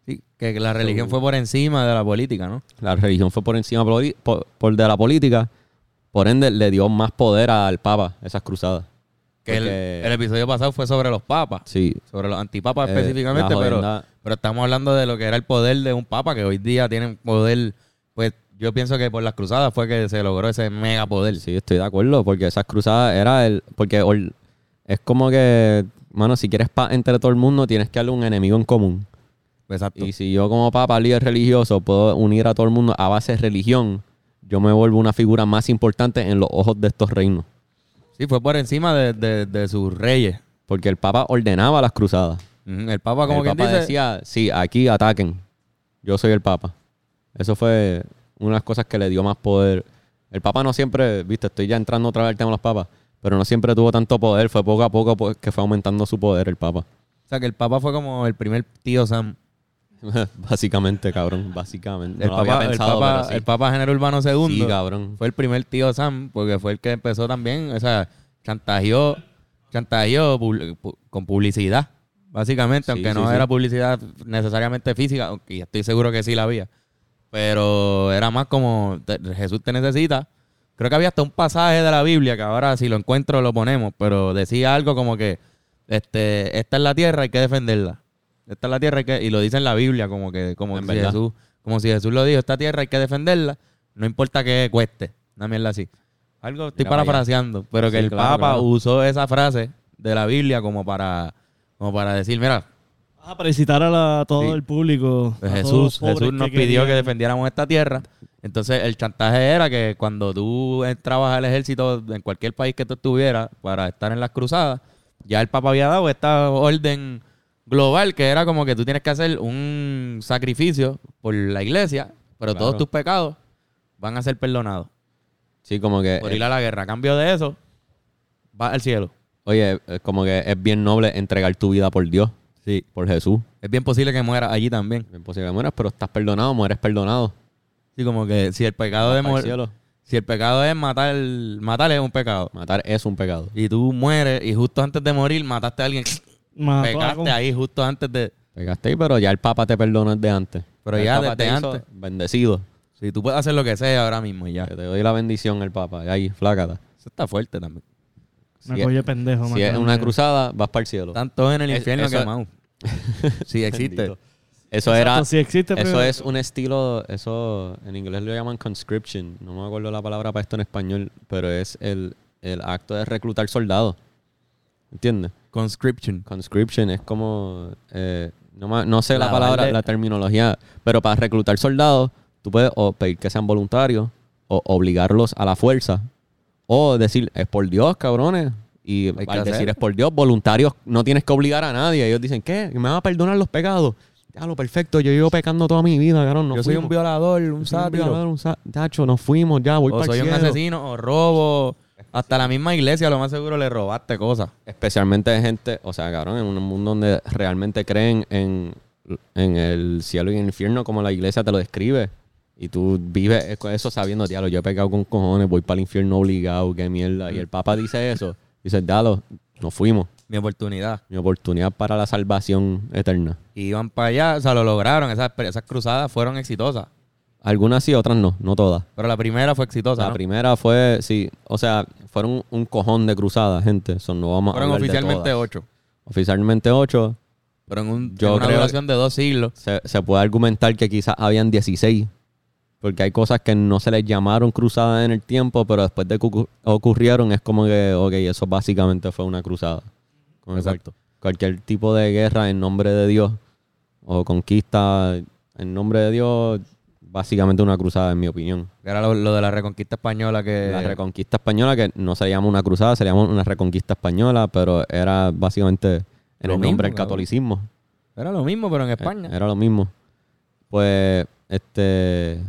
Speaker 2: Sí, que la religión fue por encima de la política, ¿no?
Speaker 1: La religión fue por encima poli- por, por de la política, por ende le dio más poder al Papa esas cruzadas.
Speaker 2: Que el,
Speaker 1: Porque-
Speaker 2: el episodio pasado fue sobre los papas,
Speaker 1: Sí,
Speaker 2: sobre los antipapas
Speaker 1: Eh,
Speaker 2: específicamente,
Speaker 1: la
Speaker 2: pero,
Speaker 1: jodienda-
Speaker 2: pero estamos hablando de lo que era el poder de un papa, que hoy día tienen poder, pues yo pienso que por las cruzadas fue que se logró ese mega poder.
Speaker 1: Sí, estoy de acuerdo, porque esas cruzadas era el. Porque ol- es como que, mano, si quieres paz entre todo el mundo, tienes que darle un enemigo en común.
Speaker 2: Exacto.
Speaker 1: Y si yo, como papa, líder religioso, puedo unir a todo el mundo a base de religión, yo me vuelvo una figura más importante en los ojos de estos reinos.
Speaker 2: Sí, fue por encima de, de- de sus reyes.
Speaker 1: Porque el papa ordenaba las cruzadas.
Speaker 2: Ujú, El papa, como
Speaker 1: el
Speaker 2: quien
Speaker 1: papa
Speaker 2: dice,
Speaker 1: decía, sí, aquí ataquen. Yo soy el papa. Eso fue una de las cosas que le dio más poder. El papa no siempre, viste, estoy ya entrando otra vez al tema de los papas, pero no siempre tuvo tanto poder. Fue poco a poco pues, que fue aumentando su poder el papa. *laughs*
Speaker 2: o sea, que el papa fue como el primer tío Sam.
Speaker 1: básicamente, cabrón, básicamente.
Speaker 2: El,
Speaker 1: no lo
Speaker 2: papa,
Speaker 1: había pensado,
Speaker 2: el, papa,
Speaker 1: pero sí.
Speaker 2: el papa General Urbano II.
Speaker 1: Sí, cabrón.
Speaker 2: fue el primer tío Sam, porque fue el que empezó también, o sea, chantajeó, chantajeó pub- pu- con publicidad, básicamente,
Speaker 1: Sí,
Speaker 2: aunque
Speaker 1: sí,
Speaker 2: no
Speaker 1: sí.
Speaker 2: era publicidad necesariamente física, aunque ya estoy seguro que sí la había, pero era más como te- Jesús te necesita. Creo que había hasta un pasaje de la Biblia que ahora si lo encuentro lo ponemos, pero decía algo como que este, esta es la tierra, hay que defenderla. Esta es la tierra hay que, y lo dice en la Biblia como que como
Speaker 1: En
Speaker 2: si
Speaker 1: verdad.
Speaker 2: Jesús, como si Jesús lo dijo, esta tierra hay que defenderla, no importa que cueste, una mierda así. Algo estoy
Speaker 1: Mira para allá.
Speaker 2: parafraseando, pero que
Speaker 1: Sí,
Speaker 2: el
Speaker 1: claro,
Speaker 2: Papa
Speaker 1: claro.
Speaker 2: usó esa frase de la Biblia como para como para decir, mira,
Speaker 3: Ah, para incitar a, la- a todo
Speaker 2: Sí.
Speaker 3: el público.
Speaker 2: pues
Speaker 3: a todos
Speaker 2: Jesús,
Speaker 3: los pobres
Speaker 2: Jesús nos pidió que defendiéramos esta tierra. Entonces el chantaje era que cuando tú entrabas al ejército en cualquier país que tú estuvieras para estar en las cruzadas, ya el Papa había dado esta orden global que era como que tú tienes que hacer un sacrificio por la iglesia, pero
Speaker 1: Claro.
Speaker 2: todos tus pecados van a ser perdonados
Speaker 1: Sí, como que.
Speaker 2: por
Speaker 1: eh,
Speaker 2: ir a la guerra. A cambio de eso, vas al cielo.
Speaker 1: oye, eh, como que es bien noble entregar tu vida por Dios. Sí. Por Jesús.
Speaker 2: Es bien posible que mueras allí también.
Speaker 1: Es posible que mueras, pero estás perdonado, mueres perdonado.
Speaker 2: Sí, como que si el pecado de
Speaker 1: Vas pa'l
Speaker 2: muer-
Speaker 1: cielo.
Speaker 2: si el pecado es matar, matar es un pecado.
Speaker 1: Matar es un pecado.
Speaker 2: Y tú mueres y justo antes de morir mataste a alguien.
Speaker 1: Ah,
Speaker 3: Mató a
Speaker 2: Pegaste
Speaker 3: con-
Speaker 2: ahí justo antes de.
Speaker 1: Pegaste ahí, pero ya el Papa te perdonó de antes.
Speaker 2: Pero
Speaker 1: el
Speaker 2: ya
Speaker 1: Papa
Speaker 2: desde
Speaker 1: te hizo
Speaker 2: antes.
Speaker 1: Bendecido.
Speaker 2: Si tú puedes hacer lo que sea ahora mismo y ya.
Speaker 1: Que te doy la bendición el Papa. Y ahí, flácata.
Speaker 2: Eso está fuerte también.
Speaker 1: Si,
Speaker 3: Me
Speaker 1: es,
Speaker 3: cogió pendejo.
Speaker 1: si
Speaker 3: me
Speaker 1: es
Speaker 3: acuerdo.
Speaker 1: una cruzada, vas para el cielo.
Speaker 2: Tanto en el
Speaker 1: Es-
Speaker 2: infierno
Speaker 1: eso-
Speaker 2: quemado. Sí, existe.
Speaker 1: Bendito. Eso era.
Speaker 3: Exacto, si existe,
Speaker 1: Eso
Speaker 3: pero-
Speaker 1: es un estilo, eso en inglés lo llaman conscription, no me acuerdo la palabra para esto en español, pero es el, el acto de reclutar soldados. ¿Entiendes?
Speaker 2: Conscription.
Speaker 1: Conscription es como, eh, no, ma- no sé la,
Speaker 2: La
Speaker 1: palabra,
Speaker 2: balde-
Speaker 1: la terminología, pero para reclutar soldados tú puedes o pedir que sean voluntarios o obligarlos a la fuerza o decir, es por Dios, cabrones. Y
Speaker 2: Hay que
Speaker 1: al decir
Speaker 2: hacer.
Speaker 1: es por Dios, voluntarios, no tienes que obligar a nadie. Ellos dicen, ¿qué? ¿Me van a perdonar los pecados? Ya, lo perfecto, yo llevo pecando toda mi vida, cabrón. No
Speaker 2: Yo soy un violador, un sátiro.
Speaker 1: Un Tacho, nos fuimos, ya, voy
Speaker 2: O
Speaker 1: para
Speaker 2: soy un asesino, o robo. Hasta la misma iglesia, lo más seguro, le robaste cosas.
Speaker 1: Especialmente de gente, o sea, cabrón, en un mundo donde realmente creen en, en el cielo y el infierno como la iglesia te lo describe. Y tú vives con eso sabiendo, diablo, yo he pecado con cojones, voy para el infierno obligado, qué mierda. Y el Papa dice eso. Dice, dalo, nos fuimos.
Speaker 2: Mi oportunidad.
Speaker 1: Mi oportunidad para la salvación eterna.
Speaker 2: Y iban para allá, o sea, lo lograron. Esas, esas cruzadas fueron exitosas.
Speaker 1: Algunas sí, otras no, no todas.
Speaker 2: Pero la primera fue exitosa.
Speaker 1: La
Speaker 2: ¿no?
Speaker 1: primera fue, sí, o sea, fueron un cojón de cruzadas, gente. Eso no vamos a
Speaker 2: Fueron
Speaker 1: hablar de
Speaker 2: oficialmente
Speaker 1: todas.
Speaker 2: ocho.
Speaker 1: Oficialmente ocho.
Speaker 2: Pero en, un,
Speaker 1: Yo
Speaker 2: en una
Speaker 1: creo
Speaker 2: duración de dos siglos.
Speaker 1: se, se puede argumentar que quizás habían 16, porque hay cosas que no se les llamaron cruzadas en el tiempo, pero después de que ocu- ocurrieron es como que, ok, eso básicamente fue una cruzada. Como que cual-
Speaker 2: Exacto.
Speaker 1: cualquier tipo de guerra en nombre de Dios o conquista en nombre de Dios, básicamente una cruzada en mi opinión.
Speaker 2: Que era lo, lo de la reconquista española que...
Speaker 1: La reconquista española, que no se le llama una cruzada, se le llama una reconquista española, pero era básicamente en el
Speaker 2: Lo
Speaker 1: nombre
Speaker 2: mismo,
Speaker 1: del
Speaker 2: cabrón.
Speaker 1: catolicismo.
Speaker 2: Eh, Era lo mismo, pero en España.
Speaker 1: Era lo mismo. Pues, este.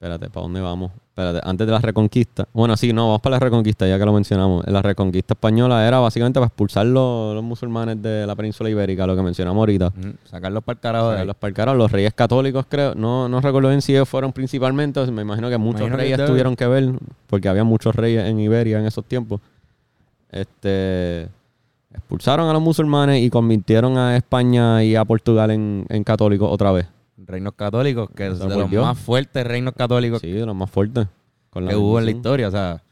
Speaker 1: Espérate, ¿para dónde vamos? Espérate, antes de la reconquista. Bueno, sí, no, vamos para la reconquista, ya que lo mencionamos. La reconquista española era básicamente para expulsar los, los musulmanes de la península ibérica, lo que mencionamos ahorita.
Speaker 2: Mm, Sacarlos para el carajo de
Speaker 1: Eh, los parcaron los reyes católicos, creo. No, no recuerdo bien si ellos fueron principalmente. Me imagino que muchos
Speaker 2: Imagino que
Speaker 1: reyes
Speaker 2: debe-
Speaker 1: tuvieron que ver, porque había muchos reyes en Iberia en esos tiempos. Este, expulsaron a los musulmanes y convirtieron a España y a Portugal en, en católicos otra vez.
Speaker 2: reinos católicos, que es
Speaker 1: Se
Speaker 2: de los
Speaker 1: volvió.
Speaker 2: más fuertes reinos católicos
Speaker 1: Sí, de los más fuertes. Con la
Speaker 2: que hubo en la
Speaker 1: bendición.
Speaker 2: historia. O sea,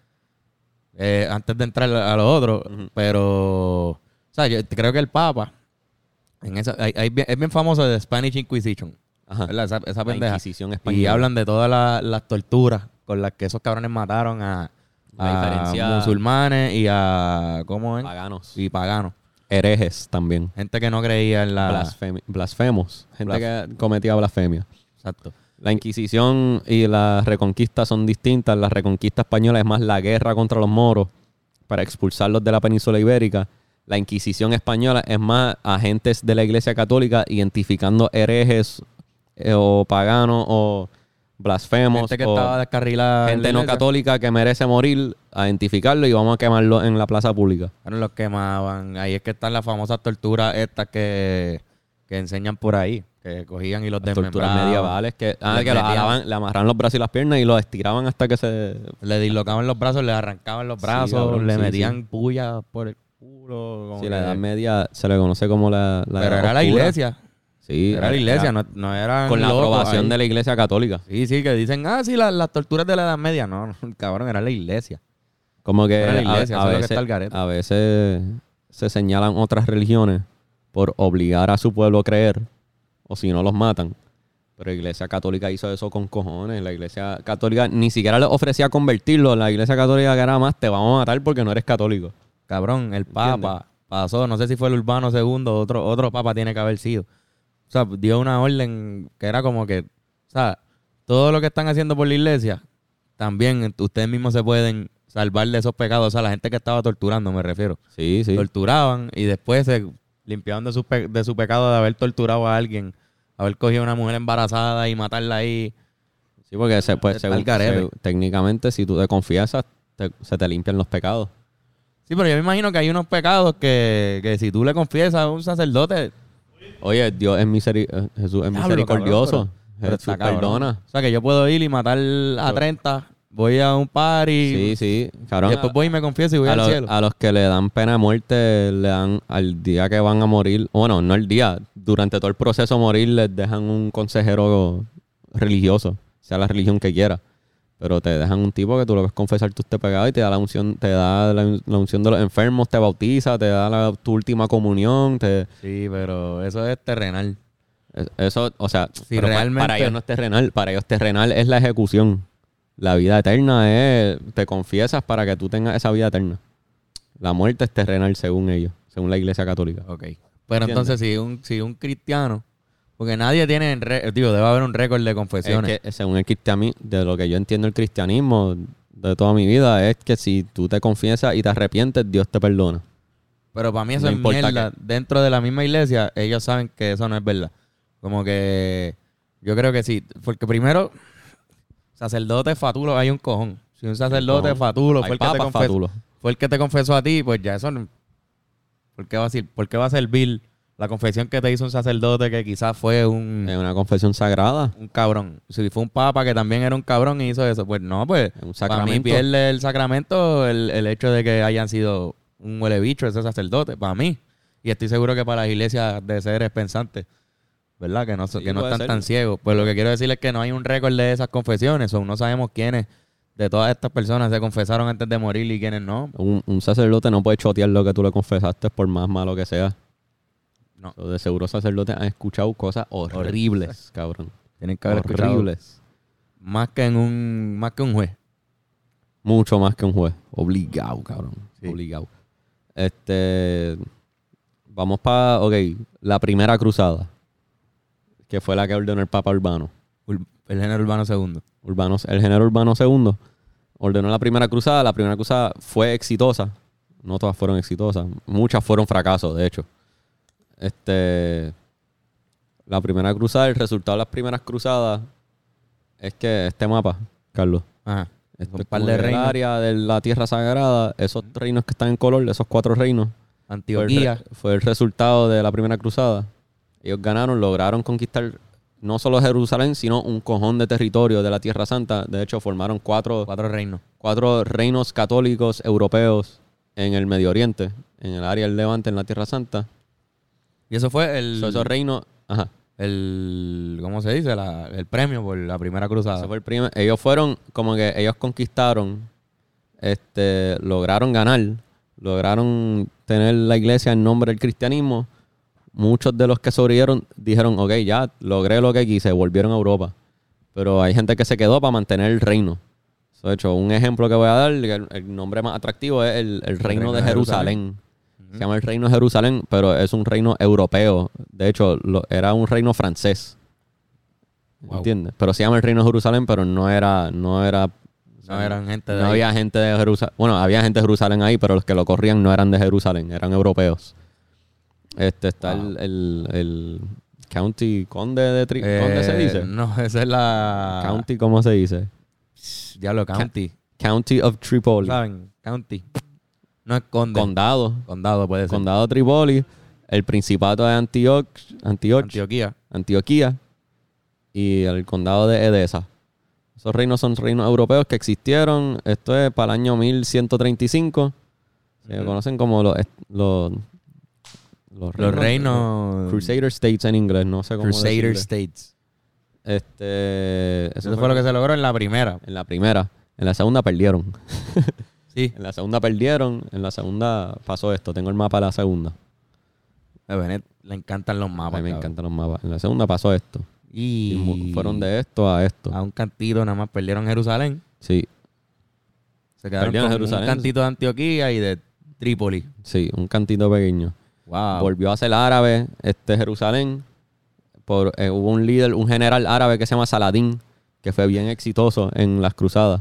Speaker 2: eh, antes de entrar a a los otros,
Speaker 1: Ujú.
Speaker 2: pero. O sea, yo creo que el Papa. En esa, hay- hay bien- es bien famoso de Spanish Inquisition.
Speaker 1: Ajá.
Speaker 2: ¿verdad? Esa, esa
Speaker 1: Ah. La
Speaker 2: pendeja.
Speaker 1: Inquisición española.
Speaker 2: Y hablan de todas la- las torturas con las que esos cabrones mataron a,
Speaker 1: La
Speaker 2: a
Speaker 1: diferencia-
Speaker 2: musulmanes y a. ¿Cómo es?
Speaker 1: paganos.
Speaker 2: Y paganos.
Speaker 1: herejes también.
Speaker 2: Gente que no creía en la.
Speaker 1: Blasfemi- blasfemos. Gente
Speaker 2: Blasf-
Speaker 1: que cometía blasfemia.
Speaker 2: Exacto.
Speaker 1: La Inquisición y la Reconquista son distintas. La Reconquista española es más la guerra contra los moros para expulsarlos de la península ibérica. La Inquisición española es más agentes de la Iglesia Católica identificando herejes eh, o paganos o blasfemos
Speaker 2: Gente que
Speaker 1: o
Speaker 2: estaba descarrilada. en
Speaker 1: gente
Speaker 2: la
Speaker 1: no
Speaker 2: iglesia.
Speaker 1: católica que merece morir, a identificarlo y vamos a quemarlo en la plaza pública.
Speaker 2: Bueno, los quemaban. Ahí es que están las famosas torturas estas que, que enseñan por ahí. Que cogían y los
Speaker 1: Las torturas
Speaker 2: desmembraban.
Speaker 1: medievales que, ah,
Speaker 2: Los
Speaker 1: que los
Speaker 2: metían.
Speaker 1: alaban- le amarraban los brazos y las piernas y los estiraban hasta que se
Speaker 2: Le dislocaban los brazos, le arrancaban los
Speaker 1: Sí,
Speaker 2: brazos,
Speaker 1: cabrón,
Speaker 2: le
Speaker 1: sí,
Speaker 2: metían pullas por el culo. como
Speaker 1: Sí,
Speaker 2: que-
Speaker 1: la Edad Media se le conoce como la, la
Speaker 2: Pero
Speaker 1: Edad
Speaker 2: era la
Speaker 1: Oscura.
Speaker 2: iglesia.
Speaker 1: Sí,
Speaker 2: Era la iglesia, no, no eran
Speaker 1: con la
Speaker 2: locos
Speaker 1: aprobación
Speaker 2: ahí.
Speaker 1: de la iglesia católica.
Speaker 2: Sí, sí, que dicen, ah, sí, la- las torturas de la Edad Media. No, no, cabrón, era la iglesia.
Speaker 1: Como que
Speaker 2: Era la
Speaker 1: a-
Speaker 2: iglesia,
Speaker 1: a,
Speaker 2: eso es lo que
Speaker 1: veces,
Speaker 2: está al garete.
Speaker 1: a veces se señalan otras religiones por obligar a su pueblo a creer, o si no los matan. Pero la iglesia católica hizo eso con cojones. La iglesia católica ni siquiera les ofrecía convertirlo. La iglesia católica que era más, te vamos a matar porque no eres católico.
Speaker 2: Cabrón, el Papa
Speaker 1: ¿Entiendes?
Speaker 2: pasó, no sé si fue el Urbano II, otro, otro Papa tiene que haber sido. O sea, dio una orden que era como que, o sea, todo lo que están haciendo por la iglesia, también ustedes mismos se pueden salvar de esos pecados. O sea, la gente que estaba torturando, me refiero.
Speaker 1: Sí, sí.
Speaker 2: Torturaban y después se limpiaban de su, pe- de su pecado de haber torturado a alguien, haber cogido a una mujer embarazada y matarla ahí.
Speaker 1: Sí, porque se, pues,
Speaker 2: Está
Speaker 1: según-
Speaker 2: al garete.
Speaker 1: se- técnicamente, si tú te confiesas, te- se te limpian los pecados.
Speaker 2: Sí, pero yo me imagino que hay unos pecados que, que si tú le confiesas a un sacerdote,
Speaker 1: Oye, Dios es, miseri- eh, Jesús es
Speaker 2: Diablo,
Speaker 1: misericordioso.
Speaker 2: cabrón, Pero
Speaker 1: Jesús
Speaker 2: está cabrón.
Speaker 1: perdona.
Speaker 2: O sea, que yo puedo ir y matar a 30, voy a un party,
Speaker 1: Sí, sí.
Speaker 2: y
Speaker 1: Cabrón,
Speaker 2: después voy y me confieso y voy
Speaker 1: a,
Speaker 2: al
Speaker 1: los,
Speaker 2: cielo.
Speaker 1: a los que le dan pena de muerte, le dan al día que van a morir. Bueno, no el día. Durante todo el proceso de morir, les dejan un consejero religioso, sea la religión que quiera. Pero te dejan un tipo que tú lo ves confesar tus te pecados y te da la unción, te da la, un- la unción de los enfermos, te bautiza, te da la- tu última comunión, te,
Speaker 2: Sí, pero eso es terrenal.
Speaker 1: Es- Eso, o sea,
Speaker 2: Sí,
Speaker 1: pero pa-
Speaker 2: realmente-
Speaker 1: para ellos no es terrenal, para ellos terrenal es la ejecución. La vida eterna es, te confiesas para que tú tengas esa vida eterna. La muerte es terrenal según ellos, según la iglesia católica.
Speaker 2: Ok. Pero entonces, si un, si un cristiano, porque nadie tiene, en re- digo, debe haber un récord de
Speaker 1: Es
Speaker 2: confesiones.
Speaker 1: que, eh, según el cristianismo, de lo que yo entiendo el cristianismo de toda mi vida, es que si tú te confiesas y te arrepientes, Dios te perdona.
Speaker 2: pero para mí
Speaker 1: no
Speaker 2: eso es
Speaker 1: importa
Speaker 2: mierda. Dentro de la misma iglesia, ellos saben que eso no es verdad. Como que yo creo que sí. Porque primero, sacerdote fatulo, hay un cojón. Si un sacerdote
Speaker 1: cojón.
Speaker 2: fatulo
Speaker 1: Hay
Speaker 2: fue el que te
Speaker 1: papas
Speaker 2: confesó,
Speaker 1: fatulos.
Speaker 2: fue el que te confesó a ti, pues ya eso no... ¿Por qué va a, ser- por qué va a servir la confesión que te hizo un sacerdote que quizás fue un,
Speaker 1: Es una confesión sagrada.
Speaker 2: un cabrón? Si fue un papa que también era un cabrón y hizo eso, pues no, pues
Speaker 1: Es un
Speaker 2: para mí
Speaker 1: sacramento.
Speaker 2: pierde el sacramento el, el hecho de que hayan sido un huele bicho ese sacerdote, para mí. Y estoy seguro que para las iglesias de seres pensantes, ¿verdad? Que no, so-
Speaker 1: Sí,
Speaker 2: que no
Speaker 1: puede
Speaker 2: están
Speaker 1: ser.
Speaker 2: tan ciegos. Pues lo que quiero decir es que no hay un récord de esas confesiones, o no sabemos quiénes de todas estas personas se confesaron antes de morir y quiénes no.
Speaker 1: Un, un sacerdote no puede chotear lo que tú le confesaste por más malo que sea.
Speaker 2: No.
Speaker 1: So, De seguro sacerdotes han escuchado cosas horribles, *laughs* cabrón.
Speaker 2: Tienen
Speaker 1: Oh,
Speaker 2: que haber escuchado
Speaker 1: Horribles.
Speaker 2: más que en un más que un juez.
Speaker 1: Mucho más que un juez. Obligado, cabrón.
Speaker 2: Sí.
Speaker 1: Obligado. Este. Vamos para. Ok, la primera cruzada. Que fue la que ordenó el Papa Urbano.
Speaker 2: Ur- El género urbano segundo.
Speaker 1: Urbano, el género Urbano II ordenó la primera cruzada. La primera cruzada fue exitosa. No todas fueron exitosas. Muchas fueron fracasos, de hecho. Este, la primera cruzada, el resultado de las primeras cruzadas Es que este mapa, Carlos,
Speaker 2: Ajá.
Speaker 1: este
Speaker 2: Un
Speaker 1: es
Speaker 2: par
Speaker 1: como
Speaker 2: de
Speaker 1: el
Speaker 2: reinos.
Speaker 1: área de la Tierra Sagrada, esos reinos que están en color, esos cuatro reinos, fue el,
Speaker 2: Antioquía.
Speaker 1: re- fue el resultado de la primera cruzada. Ellos ganaron, lograron conquistar no solo Jerusalén, sino un cojón de territorio de la Tierra Santa. De hecho, formaron cuatro,
Speaker 2: Cuatro reinos.
Speaker 1: cuatro reinos católicos europeos en el Medio Oriente, en el área del Levante, en la Tierra Santa.
Speaker 2: Y eso fue el.
Speaker 1: So, esos reinos, ajá,
Speaker 2: el ¿Cómo se dice? La- el premio por la primera cruzada.
Speaker 1: Ese fue el primer- Ellos fueron como que ellos conquistaron, este, lograron ganar, lograron tener la iglesia en nombre del cristianismo. Muchos de los que sobrevivieron dijeron, ok, ya logré lo que quise, volvieron a Europa. Pero hay gente que se quedó para mantener el reino. So, de hecho, un ejemplo que voy a dar, que el, el nombre más atractivo es el, el reino, de Jerusalén. Se llama el reino de Jerusalén, pero es un reino europeo. De hecho, lo- era un reino francés.
Speaker 2: Wow.
Speaker 1: ¿Entiendes? Pero se llama el Reino de Jerusalén, pero no era, no era,
Speaker 2: no eran gente de.
Speaker 1: no
Speaker 2: ahí.
Speaker 1: había gente de Jerusalén. Bueno, había gente de Jerusalén ahí, pero los que lo corrían no eran de Jerusalén, eran europeos. Este está el, el, el County Conde de Tri
Speaker 2: Eh,
Speaker 1: ¿Conde se dice?
Speaker 2: No, *laughs* esa es la.
Speaker 1: County, ¿cómo se dice?
Speaker 2: Diablo, county.
Speaker 1: County of Tripoli.
Speaker 2: ¿Saben? County. No es conde.
Speaker 1: Condado.
Speaker 2: Condado puede ser.
Speaker 1: Condado de Tripoli. El Principado de Antioch, Antioch,
Speaker 2: Antioquía.
Speaker 1: Antioquía y el condado de Edesa. Esos reinos son reinos europeos que existieron. Esto es para el año 1135. Se conocen como los, est- los, los
Speaker 2: Los reinos.
Speaker 1: Crusader States en inglés, no sé cómo
Speaker 2: Crusader
Speaker 1: decirle.
Speaker 2: States.
Speaker 1: Este, eso,
Speaker 2: Eso fue lo que se logró en la primera.
Speaker 1: en la primera. En la segunda perdieron.
Speaker 2: Sí.
Speaker 1: En la segunda perdieron. En la segunda pasó esto. Tengo el mapa de la segunda.
Speaker 2: A Benet le encantan los
Speaker 1: A
Speaker 2: mapas.
Speaker 1: mí me
Speaker 2: Ah, pues cabrón.
Speaker 1: encantan los mapas. En la segunda pasó esto. Y mu-
Speaker 2: Y Ah.
Speaker 1: fueron de esto a esto.
Speaker 2: a un cantito nada más perdieron Jerusalén.
Speaker 1: Sí,
Speaker 2: Se quedaron
Speaker 1: Perdieron
Speaker 2: con
Speaker 1: Jerusalén.
Speaker 2: un cantito de Antioquía y de Trípoli.
Speaker 1: sí, un cantito pequeño.
Speaker 2: Wow.
Speaker 1: Ah. volvió a ser árabe este Jerusalén por eh, hubo un líder un general árabe que se llama Saladín que fue bien exitoso en las cruzadas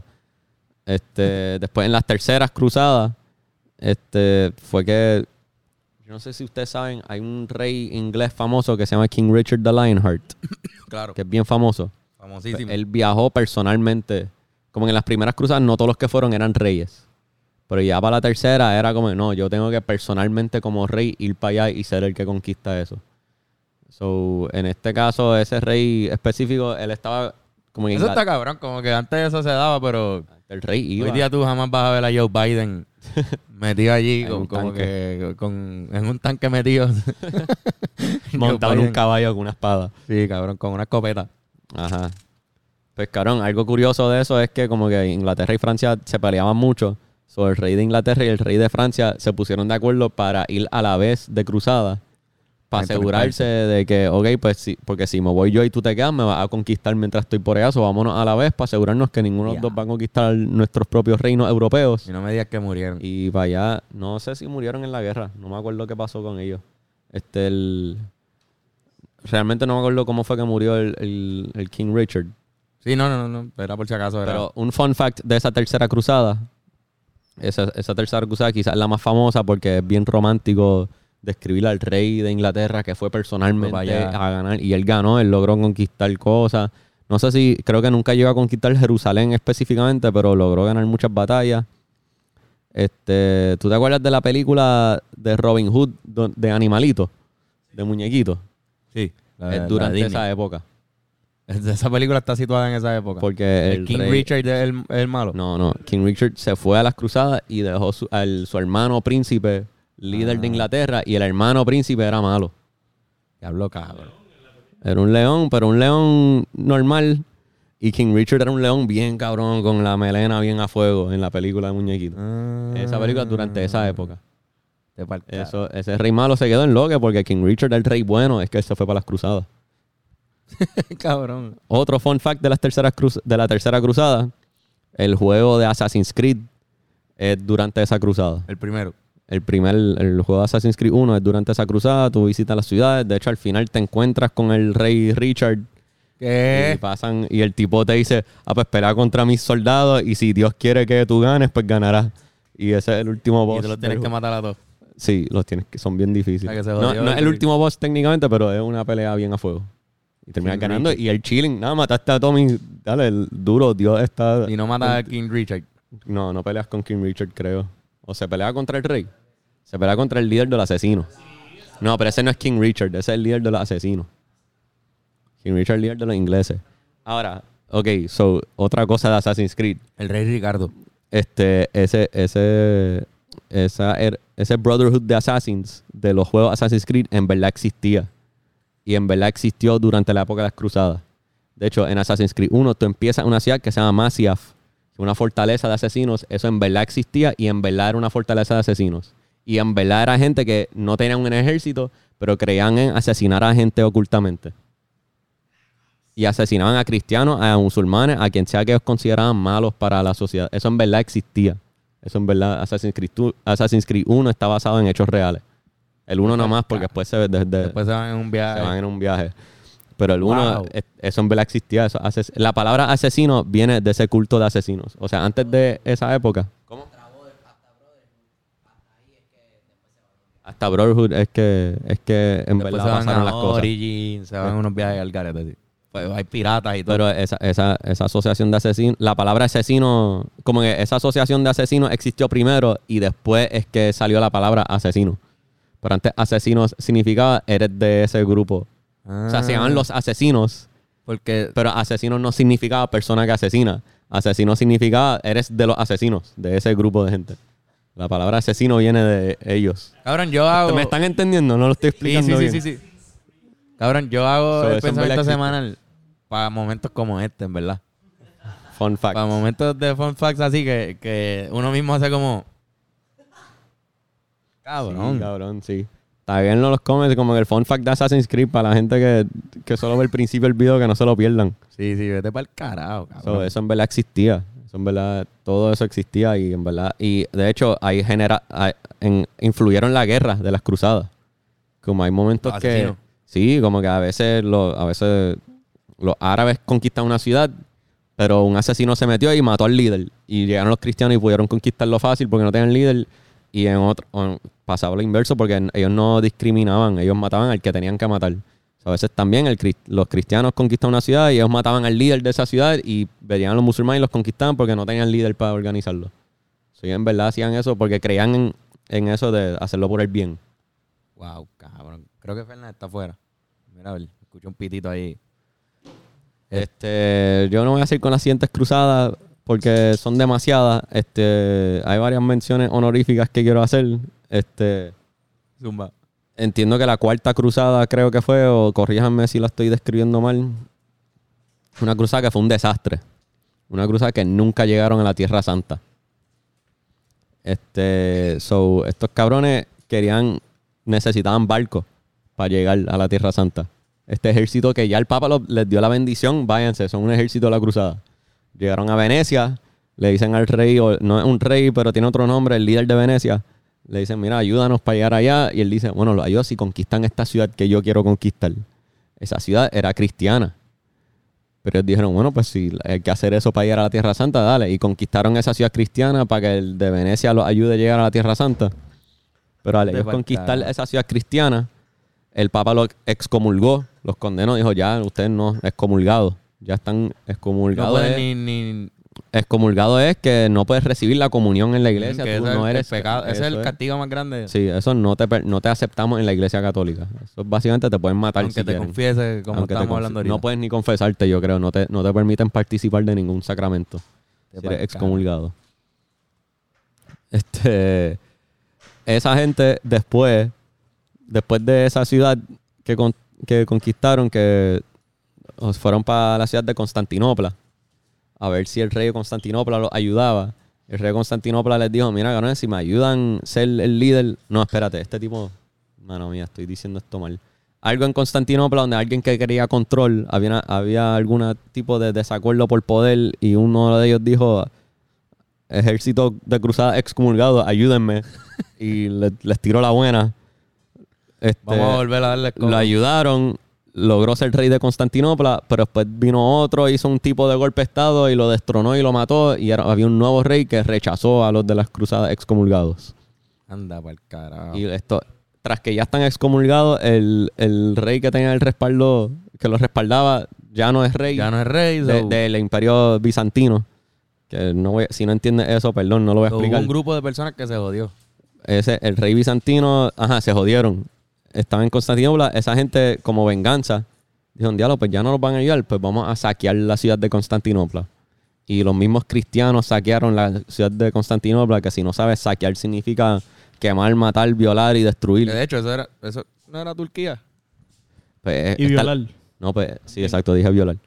Speaker 1: este después en las terceras cruzadas este fue que yo no sé si ustedes saben hay un rey inglés famoso que se llama King Richard the Lionheart
Speaker 2: claro.
Speaker 1: que es bien famoso
Speaker 2: Famosísimo.
Speaker 1: él viajó personalmente. Como que en las primeras cruzadas no todos los que fueron eran reyes. Pero ya para la tercera era como, no, yo tengo que personalmente como rey ir para allá y ser el que conquista eso. So, en este caso, ese rey específico, él estaba como en
Speaker 2: Eso está
Speaker 1: Inglaterra.
Speaker 2: cabrón. Como que antes eso se daba, pero
Speaker 1: El rey iba.
Speaker 2: hoy día tú jamás vas a ver a Joe
Speaker 1: *laughs*
Speaker 2: Biden metido allí
Speaker 1: En
Speaker 2: con-
Speaker 1: un
Speaker 2: como
Speaker 1: tanque.
Speaker 2: que con, en un
Speaker 1: *laughs*
Speaker 2: tanque metido. *laughs*
Speaker 1: montado en
Speaker 2: Joe
Speaker 1: un
Speaker 2: Biden.
Speaker 1: caballo con una espada.
Speaker 2: Sí, cabrón, con una escopeta.
Speaker 1: Ajá. Pues cabrón, algo curioso de eso es que como que Inglaterra y Francia se peleaban mucho. So, el rey de Inglaterra y el rey de Francia se pusieron de acuerdo para ir a la vez de cruzada. Para
Speaker 2: Para
Speaker 1: asegurarse de que, ok, pues sí, porque si me voy yo y tú te quedas, me vas a conquistar mientras estoy por allá. So, vámonos a la vez para asegurarnos que ninguno de los
Speaker 2: Ya.
Speaker 1: dos va a conquistar nuestros propios reinos europeos.
Speaker 2: Y no me digas que murieron.
Speaker 1: Y para allá, no sé si murieron en la guerra, no me acuerdo qué pasó con ellos. Este, el... Realmente no me acuerdo cómo fue que murió el- el- el King Richard.
Speaker 2: Sí, no, no, no, no. Era por si acaso. Era.
Speaker 1: Pero un fun fact de esa tercera cruzada. Esa, esa tercera cruzada quizás es la más famosa porque es bien romántico describir al rey de Inglaterra que fue personalmente
Speaker 2: Fue para allá.
Speaker 1: a ganar. Y él ganó, él logró conquistar cosas. No sé si, creo que nunca llegó a conquistar Jerusalén específicamente, pero logró ganar muchas batallas. Este, ¿Tú te acuerdas de la película de Robin Hood do- de Animalito? De Muñequito.
Speaker 2: sí. la- la
Speaker 1: es durante
Speaker 2: Disney.
Speaker 1: esa época.
Speaker 2: *laughs* Esa, película está situada en esa época.
Speaker 1: Porque el,
Speaker 2: el King
Speaker 1: rey-
Speaker 2: Richard es el, el malo.
Speaker 1: No, no. King Richard se fue a las cruzadas y dejó su, al, su hermano príncipe, líder
Speaker 2: Ah.
Speaker 1: de Inglaterra, y el hermano príncipe era malo.
Speaker 2: Diablo, cabrón.
Speaker 1: Era un león, pero un león normal. Y King Richard era un león bien cabrón, con la melena bien a fuego en la película de Muñequito. Esa película durante
Speaker 2: Ah.
Speaker 1: esa época.
Speaker 2: Te par-
Speaker 1: *laughs* Eso, ese rey malo se quedó en loque porque King Richard, el rey bueno, es que él se fue para las cruzadas.
Speaker 2: cabrón.
Speaker 1: Otro fun fact de, las terceras cruz- de la tercera cruzada, el juego de Assassin's Creed es durante esa cruzada.
Speaker 2: El primero.
Speaker 1: El primer el juego de Assassin's Creed 1 es durante esa cruzada, tú visitas las ciudades, de hecho al final te encuentras con el rey Richard y
Speaker 2: ¿Qué?
Speaker 1: pasan y el tipo te dice, "Ah, pues pelea contra mis soldados y si Dios quiere que tú ganes, pues ganarás." Y ese es el último
Speaker 2: Y
Speaker 1: boss.
Speaker 2: te lo
Speaker 1: del
Speaker 2: tienes que
Speaker 1: juego.
Speaker 2: matar a todos.
Speaker 1: Sí, los tienes que son bien difíciles.
Speaker 2: O sea, que se
Speaker 1: no,
Speaker 2: jodió
Speaker 1: no es
Speaker 2: el
Speaker 1: el
Speaker 2: rey.
Speaker 1: último boss técnicamente, pero es una pelea bien a fuego. Y terminas
Speaker 2: King
Speaker 1: ganando. Y el chilling, nada, mataste a Tommy. Dale, el duro, Dios está.
Speaker 2: Y no mata a King Richard.
Speaker 1: No, no peleas con King Richard, creo. O se pelea contra el rey. Se pelea contra el líder de los asesinos. No, pero ese no es King Richard, ese es el líder de los asesinos. King Richard, líder de los ingleses. Ahora, ok, so, otra cosa de Assassin's Creed.
Speaker 2: El Rey Ricardo.
Speaker 1: Este, ese, ese, esa, er- ese Brotherhood de Assassins, de los juegos Assassin's Creed, en verdad existía. Y en verdad existió durante la época de las cruzadas. De hecho, en Assassin's Creed 1, tú empiezas una ciudad que se llama Masiaf, una fortaleza de asesinos. Eso en verdad existía y en verdad era una fortaleza de asesinos. Y en verdad era gente que no tenían un ejército, pero creían en asesinar a gente ocultamente. Y asesinaban a cristianos, a musulmanes, a quien sea que ellos consideraban malos para la sociedad. Eso en verdad existía. Eso en verdad, Assassin's Creed, tu- Assassin's Creed 1 está basado en hechos reales. El 1 nomás, porque después se ve desde
Speaker 2: Después se van en un
Speaker 1: se van
Speaker 2: viaje.
Speaker 1: en un viaje. Pero el uno,
Speaker 2: Wow.
Speaker 1: es- eso en verdad existía. eso ases- la palabra asesino viene de ese culto de asesinos. O sea, antes de esa época. ¿Cómo? Hasta Brotherhood es que, es que en
Speaker 2: Después
Speaker 1: verdad
Speaker 2: se van a
Speaker 1: pasaron las cosas.
Speaker 2: Origin, se van en unos viajes al garete. así. Pues hay piratas y todo.
Speaker 1: Pero esa, esa, esa asociación de asesinos, la palabra asesino, como que esa asociación de asesinos existió primero y después es que salió la palabra asesino. Pero antes asesinos significaba eres de ese grupo. O sea, se llaman
Speaker 2: Ah.
Speaker 1: los asesinos
Speaker 2: Porque
Speaker 1: Pero asesino no significaba persona que asesina. Asesino significaba eres de los asesinos, de ese grupo de gente. La palabra asesino viene de ellos.
Speaker 2: Cabrón, yo
Speaker 1: Ah.
Speaker 2: hago.
Speaker 1: Este ¿Me están entendiendo? No lo estoy
Speaker 2: sí,
Speaker 1: explicando
Speaker 2: sí, sí,
Speaker 1: bien.
Speaker 2: sí, sí. Cabrón, yo hago
Speaker 1: So,
Speaker 2: el
Speaker 1: eso en verdad
Speaker 2: pensamiento
Speaker 1: existe.
Speaker 2: semanal para momentos como este, en verdad.
Speaker 1: Fun fact.
Speaker 2: Para momentos de fun facts así que, que uno mismo hace como.
Speaker 1: Sí,
Speaker 2: Cabrón.
Speaker 1: cabrón, sí. Taguen los comments como que el fun fact de Assassin's Creed para la gente que, que solo ve el principio del video que no se lo pierdan.
Speaker 2: sí, sí, vete para el carajo,
Speaker 1: So,
Speaker 2: cabrón.
Speaker 1: eso en verdad existía. Eso en verdad, todo eso existía y en verdad. Y de hecho, ahí genera, ahí- en- influyeron la guerra de las cruzadas. Como hay momentos
Speaker 2: Los
Speaker 1: que.
Speaker 2: asesinos.
Speaker 1: Sí, como que a veces, los, a veces los árabes conquistan una ciudad, pero un asesino se metió y mató al líder. Y llegaron los cristianos y pudieron conquistarlo fácil porque no tenían líder. Y en otro, o en- pasaba lo inverso porque en- ellos no discriminaban, ellos mataban al que tenían que matar. O sea, a veces también el cris- los cristianos conquistan una ciudad y ellos mataban al líder de esa ciudad y venían los musulmanes y los conquistaban porque no tenían líder para organizarlo. Sí, en verdad hacían eso porque creían en, en eso de hacerlo por el bien.
Speaker 2: Wow, cabrón. Creo que Fernández está afuera. Mira, a ver, escucho un pitito ahí.
Speaker 1: Este, yo no voy a seguir con las siguientes cruzadas porque son demasiadas. Este, hay varias menciones honoríficas que quiero hacer. Este,
Speaker 2: Zumba.
Speaker 1: entiendo que la cuarta cruzada creo que fue, o corríjanme si la estoy describiendo mal. Una cruzada que fue un desastre. Una cruzada que nunca llegaron a la Tierra Santa. Este, so, estos cabrones querían, necesitaban barcos para llegar a la Tierra Santa. Este ejército que ya el Papa lo- les dio la bendición, váyanse, son un ejército de la cruzada. Llegaron a Venecia, le dicen al rey, o no es un rey, pero tiene otro nombre, el líder de Venecia. Le dicen, mira, ayúdanos para llegar allá. Y él dice, bueno, los ayudo si conquistan esta ciudad que yo quiero conquistar. Esa ciudad era cristiana. Pero ellos dijeron, bueno, pues si hay que hacer eso para llegar a la Tierra Santa, dale. Y conquistaron esa ciudad cristiana para que el de Venecia los ayude a llegar a la Tierra Santa. Pero al
Speaker 2: Te
Speaker 1: ellos
Speaker 2: falta-
Speaker 1: conquistar esa ciudad cristiana, el Papa los excomulgó, los condenó, dijo, ya, ustedes no, excomulgados. Ya están
Speaker 2: No
Speaker 1: excomulgados.
Speaker 2: puedes
Speaker 1: es-
Speaker 2: ni, ni-
Speaker 1: Excomulgado es que no puedes recibir la comunión en la iglesia.
Speaker 2: que
Speaker 1: tú
Speaker 2: eso
Speaker 1: no
Speaker 2: es el
Speaker 1: eres
Speaker 2: pecado. Ese es
Speaker 1: eso
Speaker 2: el castigo más grande.
Speaker 1: Sí, eso no te, per- no te aceptamos en la iglesia católica. Eso es básicamente te pueden matar
Speaker 2: aunque
Speaker 1: si
Speaker 2: te
Speaker 1: quieren.
Speaker 2: confieses, como
Speaker 1: Aunque te
Speaker 2: estamos
Speaker 1: confi-
Speaker 2: hablando ahorita.
Speaker 1: No puedes ni confesarte, yo creo. No te, no te permiten participar de ningún sacramento.
Speaker 2: Te
Speaker 1: Si eres
Speaker 2: pa'l
Speaker 1: excomulgado. Este, esa gente después, después de esa ciudad que, con- que conquistaron, que o, fueron para la ciudad de Constantinopla, a ver si el rey de Constantinopla los ayudaba. El rey de Constantinopla les dijo, mira, cabrón, si me ayudan ser el líder... No, espérate, este tipo... Mano mía, estoy diciendo esto mal. Algo en Constantinopla donde alguien que quería control, había, una- había algún tipo de desacuerdo por poder y uno de ellos dijo, ejército de cruzada excomulgado,
Speaker 2: *laughs*
Speaker 1: ayúdenme. y le- les tiró la buena. Este,
Speaker 2: Vamos a volver a darle
Speaker 1: lo ayudaron, logró ser rey de Constantinopla, pero después vino otro, hizo un tipo de golpe de estado y lo destronó y lo mató y era- había un nuevo rey que rechazó a los de las cruzadas excomulgados.
Speaker 2: Anda para el carajo.
Speaker 1: Y esto, tras que ya están excomulgados, el, el rey que tenía el respaldo que lo respaldaba ya no es rey
Speaker 2: Ya no es rey.
Speaker 1: de-
Speaker 2: so-
Speaker 1: del imperio bizantino. Que no voy, si no entiendes eso, perdón, no lo voy a
Speaker 2: so hubo
Speaker 1: explicar.
Speaker 2: un grupo de personas que se jodió.
Speaker 1: Ese, el rey bizantino, ajá, se jodieron. Estaban en Constantinopla, esa gente como venganza, dijeron, diablo, pues ya no nos van a ayudar, pues vamos a saquear la ciudad de Constantinopla. Y los mismos cristianos saquearon la ciudad de Constantinopla, que si no sabes, saquear significa quemar, matar, violar y
Speaker 2: Que
Speaker 1: destruir.
Speaker 3: Eh,
Speaker 2: De hecho, eso, era, eso no era Turquía.
Speaker 1: Pues,
Speaker 3: Y
Speaker 1: está-
Speaker 3: violar.
Speaker 1: No, pues sí, exacto, dije violar.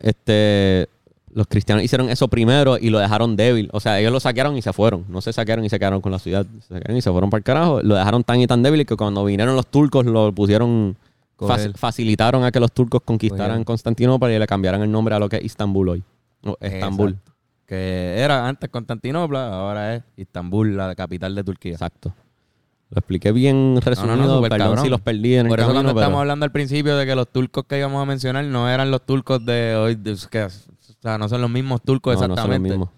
Speaker 1: Este, los cristianos hicieron eso primero y lo dejaron débil. O sea, ellos lo saquearon y se fueron. No se saquearon y se quedaron con la ciudad. Se saquearon y se fueron para el carajo. Lo dejaron tan y tan débil que cuando vinieron los turcos lo pusieron,
Speaker 2: Coger.
Speaker 1: faci- facilitaron a que los turcos conquistaran
Speaker 2: Cogieron.
Speaker 1: Constantinopla y le cambiaran el nombre a lo que es Istambul hoy. No, Estambul.
Speaker 2: Exacto. Que era antes Constantinopla, ahora es Istambul, la capital de Turquía.
Speaker 1: Exacto. Lo expliqué bien resumido.
Speaker 2: súper
Speaker 1: Perdón
Speaker 2: cabrón.
Speaker 1: si los perdí en
Speaker 2: Por
Speaker 1: el
Speaker 2: eso
Speaker 1: camino,
Speaker 2: cuando
Speaker 1: pero-
Speaker 2: estamos hablando al principio de que los turcos que íbamos a mencionar no eran los turcos de hoy, de- que, o sea, no son los mismos turcos
Speaker 1: No, no son los
Speaker 2: exactamente.
Speaker 1: mismos.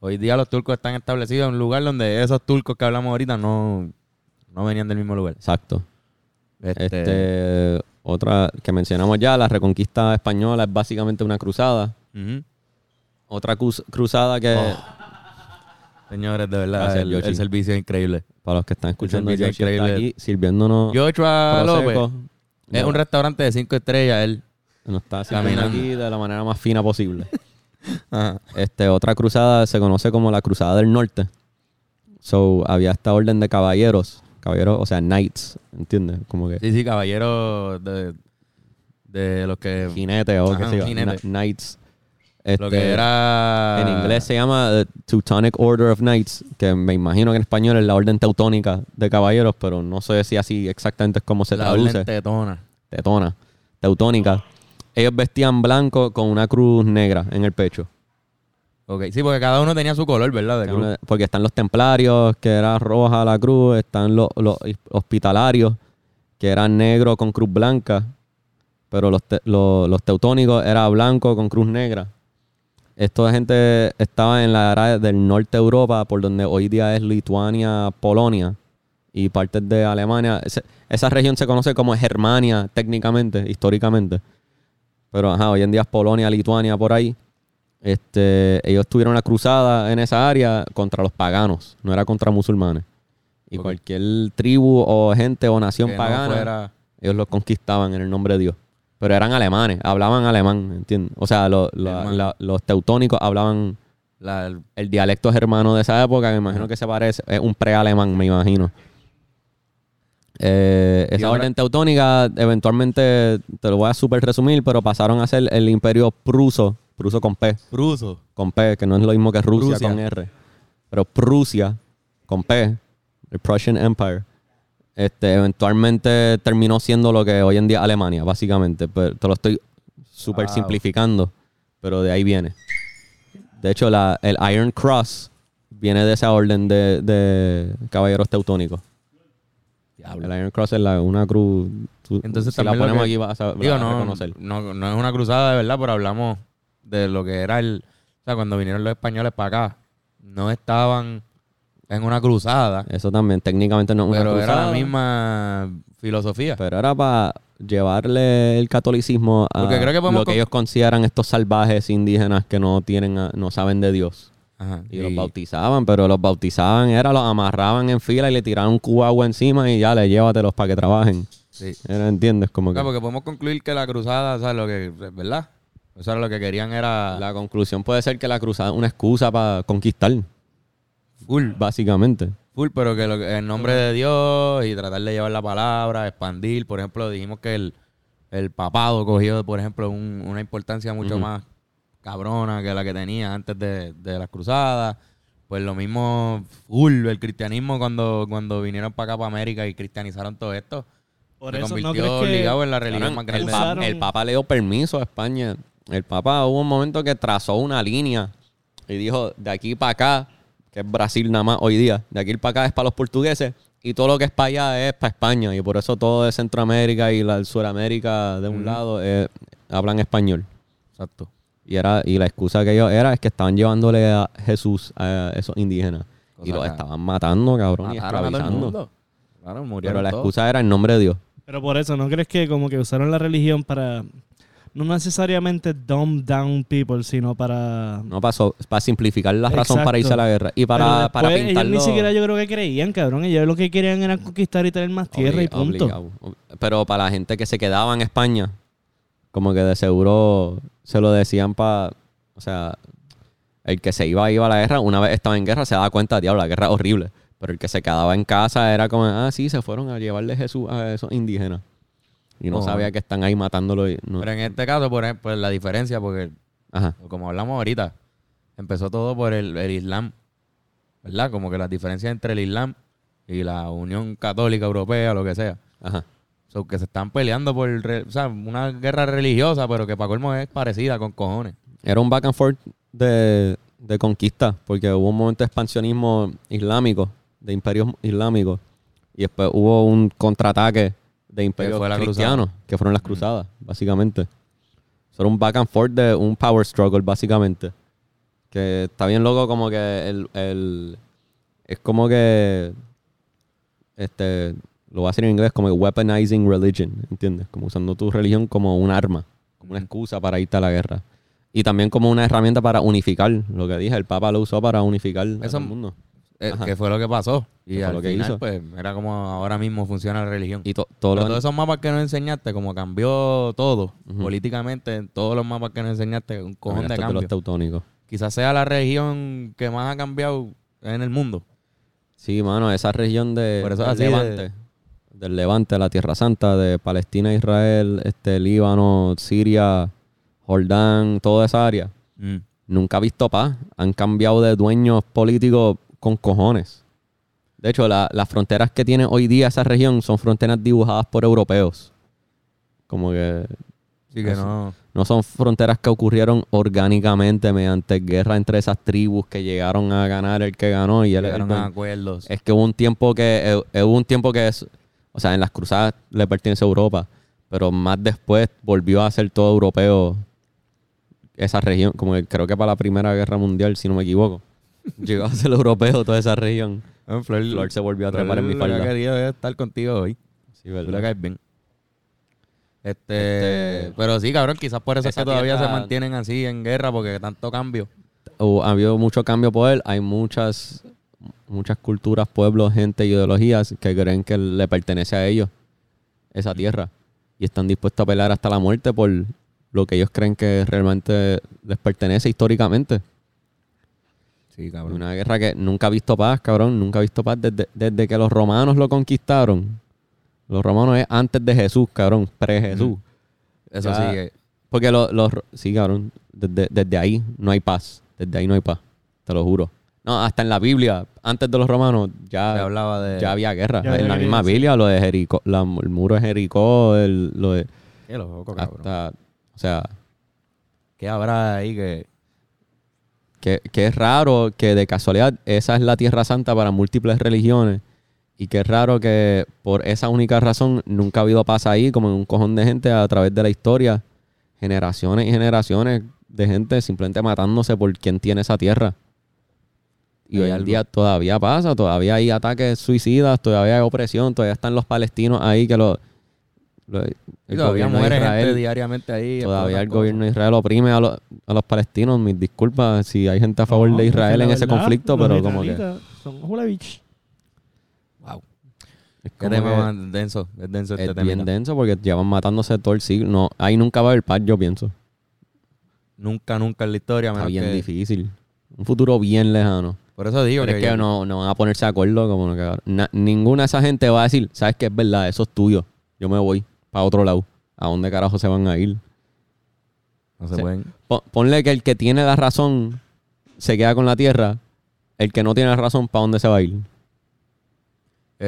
Speaker 2: hoy día los turcos están establecidos en un lugar donde esos turcos que hablamos ahorita no, no venían del mismo lugar.
Speaker 1: Exacto.
Speaker 2: Este,
Speaker 1: Este, otra que mencionamos ya, la reconquista española es básicamente una cruzada.
Speaker 2: ujú.
Speaker 1: Otra cruz- cruzada que,
Speaker 2: Oh. Señores, de verdad,
Speaker 1: Gracias,
Speaker 2: el,
Speaker 1: Yoshi.
Speaker 2: el servicio es increíble.
Speaker 1: para los que están escuchando,
Speaker 2: servicio
Speaker 1: Yoshi está
Speaker 2: increíble.
Speaker 1: aquí sirviéndonos
Speaker 2: Joshua López
Speaker 1: prosecco.
Speaker 2: es un restaurante de cinco estrellas, él.
Speaker 1: Nos está sirviendo
Speaker 2: Caminando.
Speaker 1: aquí de la manera más fina posible. *laughs* Este, otra cruzada se conoce como la Cruzada del Norte. So, había esta orden de caballeros. Caballeros, o sea, knights, ¿entiendes? Como que
Speaker 2: Sí, sí, caballero de, de los que...
Speaker 1: jinetes o qué
Speaker 2: Ajá,
Speaker 1: sé yo.
Speaker 2: jinete.
Speaker 1: kn- Knights.
Speaker 2: Lo
Speaker 1: Este,
Speaker 2: que era...
Speaker 1: En inglés se llama The Teutonic Order of Knights, que me imagino que en español es la orden teutónica de caballeros, pero no sé si así exactamente es como se
Speaker 2: la
Speaker 1: traduce.
Speaker 2: orden tetona.
Speaker 1: Tetona, teutónica. Ellos vestían blanco con una cruz negra en el pecho.
Speaker 2: Ok, sí, porque cada uno tenía su color, ¿verdad? De cruz.
Speaker 1: Porque están los templarios, que era roja la cruz, están los, los hospitalarios, que eran negro con cruz blanca, pero los, te- los- los teutónicos era blanco con cruz negra. Esta gente estaba en la área del norte de Europa, por donde hoy día es Lituania, Polonia y partes de Alemania. Ese- esa región se conoce como Germania técnicamente, históricamente. Pero ajá, hoy en día es Polonia, Lituania, por ahí. Este, ellos tuvieron una cruzada en esa área contra los paganos, no era contra musulmanes. Y
Speaker 2: Ok.
Speaker 1: cualquier tribu o gente o nación
Speaker 2: Que no
Speaker 1: pagana,
Speaker 2: fuera-
Speaker 1: ellos los conquistaban en el nombre de Dios. Pero eran alemanes, hablaban alemán, ¿entiendes? O sea, lo- la-
Speaker 2: Alemán.
Speaker 1: la- los teutónicos hablaban
Speaker 2: la- el-
Speaker 1: el dialecto germano de esa época, que me imagino que se parece, es un pre-alemán, me imagino. Eh,
Speaker 2: Y
Speaker 1: esa
Speaker 2: ahora-
Speaker 1: orden teutónica, eventualmente, te lo voy a súper resumir, pero pasaron a ser el imperio pruso, pruso con P,
Speaker 2: Pruso.
Speaker 1: con P, que no es lo mismo que Rusia,
Speaker 2: Prusia.
Speaker 1: con R, pero Prusia con P, el Prussian Empire. Este, eventualmente terminó siendo lo que hoy en día es Alemania, básicamente. Pero te lo estoy súper
Speaker 2: Wow.
Speaker 1: simplificando, pero de ahí viene. De hecho, la, el Iron Cross viene de esa orden de, de caballeros teutónicos.
Speaker 2: Diablo.
Speaker 1: El Iron Cross es la, una cruz. tú-
Speaker 2: Entonces
Speaker 1: si la
Speaker 2: también lo
Speaker 1: ponemos
Speaker 2: que-
Speaker 1: aquí vas a, vas
Speaker 2: Digo,
Speaker 1: a
Speaker 2: no,
Speaker 1: reconocer.
Speaker 2: no, no es una cruzada de verdad, pero hablamos de lo que era el... O sea, cuando vinieron los españoles para acá, no estaban en una cruzada,
Speaker 1: Eso también técnicamente no es una
Speaker 2: pero era la
Speaker 1: cruzada,
Speaker 2: misma filosofía.
Speaker 1: Pero era para llevarle el catolicismo a
Speaker 2: Porque creo que podemos
Speaker 1: lo que
Speaker 2: con-
Speaker 1: ellos consideran estos salvajes indígenas que no tienen, a- no saben de Dios.
Speaker 2: Ajá,
Speaker 1: Y, los bautizaban, pero los bautizaban era, los amarraban en fila y le tiraban un cubo de agua encima y ya le llévatelos para que trabajen.
Speaker 2: sí.
Speaker 1: Era, ¿Entiendes? Como que
Speaker 2: Claro, porque podemos concluir que la cruzada, o sea, lo que, ¿verdad? O sea, lo que querían era
Speaker 1: la conclusión puede ser que la cruzada es una excusa para conquistar,
Speaker 2: full,
Speaker 1: básicamente.
Speaker 2: full, pero que lo que- en nombre de Dios y tratar de llevar la palabra, expandir. Por ejemplo, dijimos que el, el papado cogió, por ejemplo, un- una importancia mucho más cabrona que la que tenía antes de, de las cruzadas. Pues lo mismo, full, el cristianismo cuando, cuando vinieron para acá, para América y cristianizaron todo esto,
Speaker 3: Por
Speaker 2: se
Speaker 3: eso no
Speaker 2: convirtió
Speaker 3: crees que...
Speaker 2: ligado en la religión
Speaker 1: Cabrón,
Speaker 2: más
Speaker 1: el,
Speaker 2: grande.
Speaker 1: pa-
Speaker 3: Usaron-
Speaker 1: el Papa le dio permiso a España. El Papa hubo un momento que trazó una línea y dijo, de aquí para acá, que es Brasil nada más hoy día, de aquí para acá es para los portugueses y todo lo que es para allá es para España. Y por eso todo de Centroamérica y la Suramérica de un lado eh, hablan español.
Speaker 2: Exacto.
Speaker 1: Y, era, y la excusa que ellos era es que estaban llevándole a Jesús a esos indígenas.
Speaker 2: Cosa
Speaker 1: y los
Speaker 2: que-
Speaker 1: estaban matando, cabrón, y
Speaker 2: Mataron a todo el
Speaker 1: esclavizando.
Speaker 2: mundo. Claro, murieron
Speaker 1: Pero la
Speaker 2: todos.
Speaker 1: excusa era el nombre de Dios.
Speaker 3: Pero por eso, ¿no crees que como que usaron la religión para no necesariamente dumb down people, sino para
Speaker 1: No pasó, para simplificar la razón
Speaker 3: Exacto.
Speaker 1: para irse a la guerra. Y para,
Speaker 3: Pero
Speaker 1: para
Speaker 3: después
Speaker 1: pintarlo.
Speaker 3: Ellos ni siquiera yo creo que creían, cabrón. Ellos lo que querían era conquistar y tener más tierra y
Speaker 1: Obli-
Speaker 3: punto.
Speaker 1: obligado. Ob- Pero para la gente que se quedaba en España, como que de seguro se lo decían para. O sea, el que se iba, iba a la guerra, una vez estaba en guerra, se daba cuenta, diablo, la guerra es horrible. Pero el que se quedaba en casa era como, ah, sí, se fueron a llevarle Jesús a esos indígenas. Y no
Speaker 3: Oh.
Speaker 2: Ojo.
Speaker 1: sabía que están ahí matándolo. y no-
Speaker 2: Pero en este caso, por ej- pues, la diferencia, porque
Speaker 1: Ajá.
Speaker 2: como hablamos ahorita, empezó todo por el, el Islam, ¿verdad? Como que las diferencias entre el Islam y la Unión Católica Europea, lo que sea.
Speaker 1: Ajá.
Speaker 2: So, que se están peleando por re- o sea, una guerra religiosa, pero que para colmo es parecida con cojones.
Speaker 1: Era un back and forth de, de conquista, porque hubo un momento de expansionismo islámico, de imperios islámicos, y después hubo un contraataque de imperios
Speaker 2: fue la Mm.
Speaker 1: cristianos, que fueron las cruzadas, básicamente. Eso era un back and forth de un power struggle, básicamente. Que está bien loco como que el, el- es como que este lo voy a decir en inglés como weaponizing religion, ¿entiendes? Como usando tu religión como un arma, como una excusa para irte a la guerra. Y también como una herramienta para unificar, lo que dije, el Papa lo usó para unificar a
Speaker 2: Eso-
Speaker 1: todo el mundo.
Speaker 2: Eh,
Speaker 1: Ajá.
Speaker 2: que fue lo que pasó. Y
Speaker 1: Que fue
Speaker 2: al
Speaker 1: lo que
Speaker 2: final,
Speaker 1: hizo.
Speaker 2: pues, era como ahora mismo funciona la religión.
Speaker 1: Y to- todo
Speaker 2: Pero
Speaker 1: lo
Speaker 2: todos esos mapas que nos enseñaste, como cambió todo
Speaker 1: Ujú.
Speaker 2: políticamente, en todos los mapas que nos enseñaste, un cojón
Speaker 1: esto
Speaker 2: de
Speaker 1: es
Speaker 2: cambio.
Speaker 1: los teutónicos.
Speaker 2: Quizás sea la región que más ha cambiado en el mundo.
Speaker 1: Sí, mano, esa región de,
Speaker 2: Por eso
Speaker 1: del
Speaker 2: así de-
Speaker 1: Levante. Del Levante, la Tierra Santa, de Palestina, Israel, este, Líbano, Siria, Jordán, toda esa área.
Speaker 2: Mm.
Speaker 1: Nunca ha visto paz. Han cambiado de dueños políticos con cojones. De hecho, la- las fronteras que tiene hoy día esa región son fronteras dibujadas por europeos. Como que
Speaker 2: Así que
Speaker 1: Eso.
Speaker 2: no.
Speaker 1: no son fronteras que ocurrieron orgánicamente mediante guerra entre esas tribus que llegaron a ganar el que ganó y él era el
Speaker 2: Llegaron
Speaker 1: dueño.
Speaker 2: a acuerdos.
Speaker 1: Es que hubo un tiempo que eh, eh, hubo un tiempo que es, o sea, en las cruzadas le pertenece a Europa, pero más después volvió a ser todo europeo esa región, como que creo que para la Primera Guerra Mundial, si no me equivoco. *laughs* Llegó a ser europeo toda esa región.
Speaker 2: Ah, Flor,
Speaker 1: Flor se volvió a
Speaker 2: Flor,
Speaker 1: trepar en mi
Speaker 2: lo
Speaker 1: falda.
Speaker 2: que quería es estar contigo hoy.
Speaker 1: Sí,
Speaker 2: Tú le
Speaker 1: ¿verdad?
Speaker 2: caes bien. Este,
Speaker 1: Este-
Speaker 2: pero sí, cabrón, quizás por eso es
Speaker 1: Esa
Speaker 2: que todavía se
Speaker 1: tierra-
Speaker 2: mantienen así en guerra porque tanto cambio.
Speaker 1: Hubo- ha habido mucho cambio de poder, hay muchas muchas culturas, pueblos, gente, ideologías que creen que le pertenece a ellos esa tierra y están dispuestos a pelear hasta la muerte por lo que ellos creen que realmente les pertenece históricamente.
Speaker 2: Sí,
Speaker 1: Y Una guerra que nunca ha visto paz, cabrón. Nunca ha visto paz desde, desde que los romanos lo conquistaron. Los romanos es antes de Jesús, cabrón. Pre-Jesús.
Speaker 2: Eso
Speaker 1: Ya-
Speaker 2: sí. eh,
Speaker 1: Porque los... los ro- sí, cabrón. Desde, desde ahí no hay paz. Desde ahí no hay paz. Te lo juro. No, hasta en la Biblia, antes de los romanos,
Speaker 2: se
Speaker 1: ya,
Speaker 2: hablaba de.
Speaker 1: ya había guerra.
Speaker 3: Ya había
Speaker 1: en la misma
Speaker 3: guerra, sí.
Speaker 1: Biblia, lo de Jericó, la- el muro de Jericó, el- lo de...
Speaker 2: Qué loco, Oh, cabrón.
Speaker 1: Hasta, o sea,
Speaker 2: ¿Qué habrá ahí que.?
Speaker 1: Que, que es raro que de casualidad esa es la tierra santa para múltiples religiones. Y que es raro que por esa única razón nunca ha habido paz ahí, como en un cojón de gente a través de la historia. Generaciones y generaciones de gente simplemente matándose por quien tiene esa tierra. Y
Speaker 2: Hay
Speaker 1: hoy al
Speaker 2: algo.
Speaker 1: día todavía pasa, todavía hay ataques suicidas, todavía hay opresión, todavía están los palestinos ahí que lo, lo- el
Speaker 2: Y todavía
Speaker 1: gobierno de
Speaker 2: muere gente
Speaker 1: Israel-
Speaker 2: diariamente ahí.
Speaker 1: Todavía
Speaker 2: explotan
Speaker 1: el
Speaker 2: cosas.
Speaker 1: gobierno de Israel oprime a los, a los palestinos. Mis disculpas si hay gente a favor
Speaker 3: No,
Speaker 1: de Israel
Speaker 3: porque
Speaker 1: en
Speaker 3: la
Speaker 1: ese
Speaker 3: verdad,
Speaker 1: conflicto,
Speaker 3: los
Speaker 1: pero como que.
Speaker 3: israelitas Son hula bitch.
Speaker 2: Wow.
Speaker 1: es
Speaker 2: Qué
Speaker 1: como
Speaker 2: tema
Speaker 1: que
Speaker 2: más denso. Es denso este
Speaker 1: es
Speaker 2: tema.
Speaker 1: bien denso porque llevan matándose todo el siglo. No, ahí nunca va a haber paz, yo pienso.
Speaker 2: Nunca, nunca en la historia.
Speaker 1: Está
Speaker 2: menos
Speaker 1: bien
Speaker 2: que-
Speaker 1: difícil. Un futuro bien lejano.
Speaker 2: Por eso digo
Speaker 1: Pero es
Speaker 2: que.
Speaker 1: que no, no van a ponerse de acuerdo. Como que, na- ninguna de esa gente va a decir, ¿sabes qué es verdad? Eso es tuyo. Yo me voy para otro lado. ¿A dónde carajo se van a ir?
Speaker 2: no se
Speaker 1: Sí. *laughs*
Speaker 2: pueden.
Speaker 1: Po- Ponle que el que tiene la razón se queda con la tierra. El que no tiene la razón, ¿para dónde se va a ir?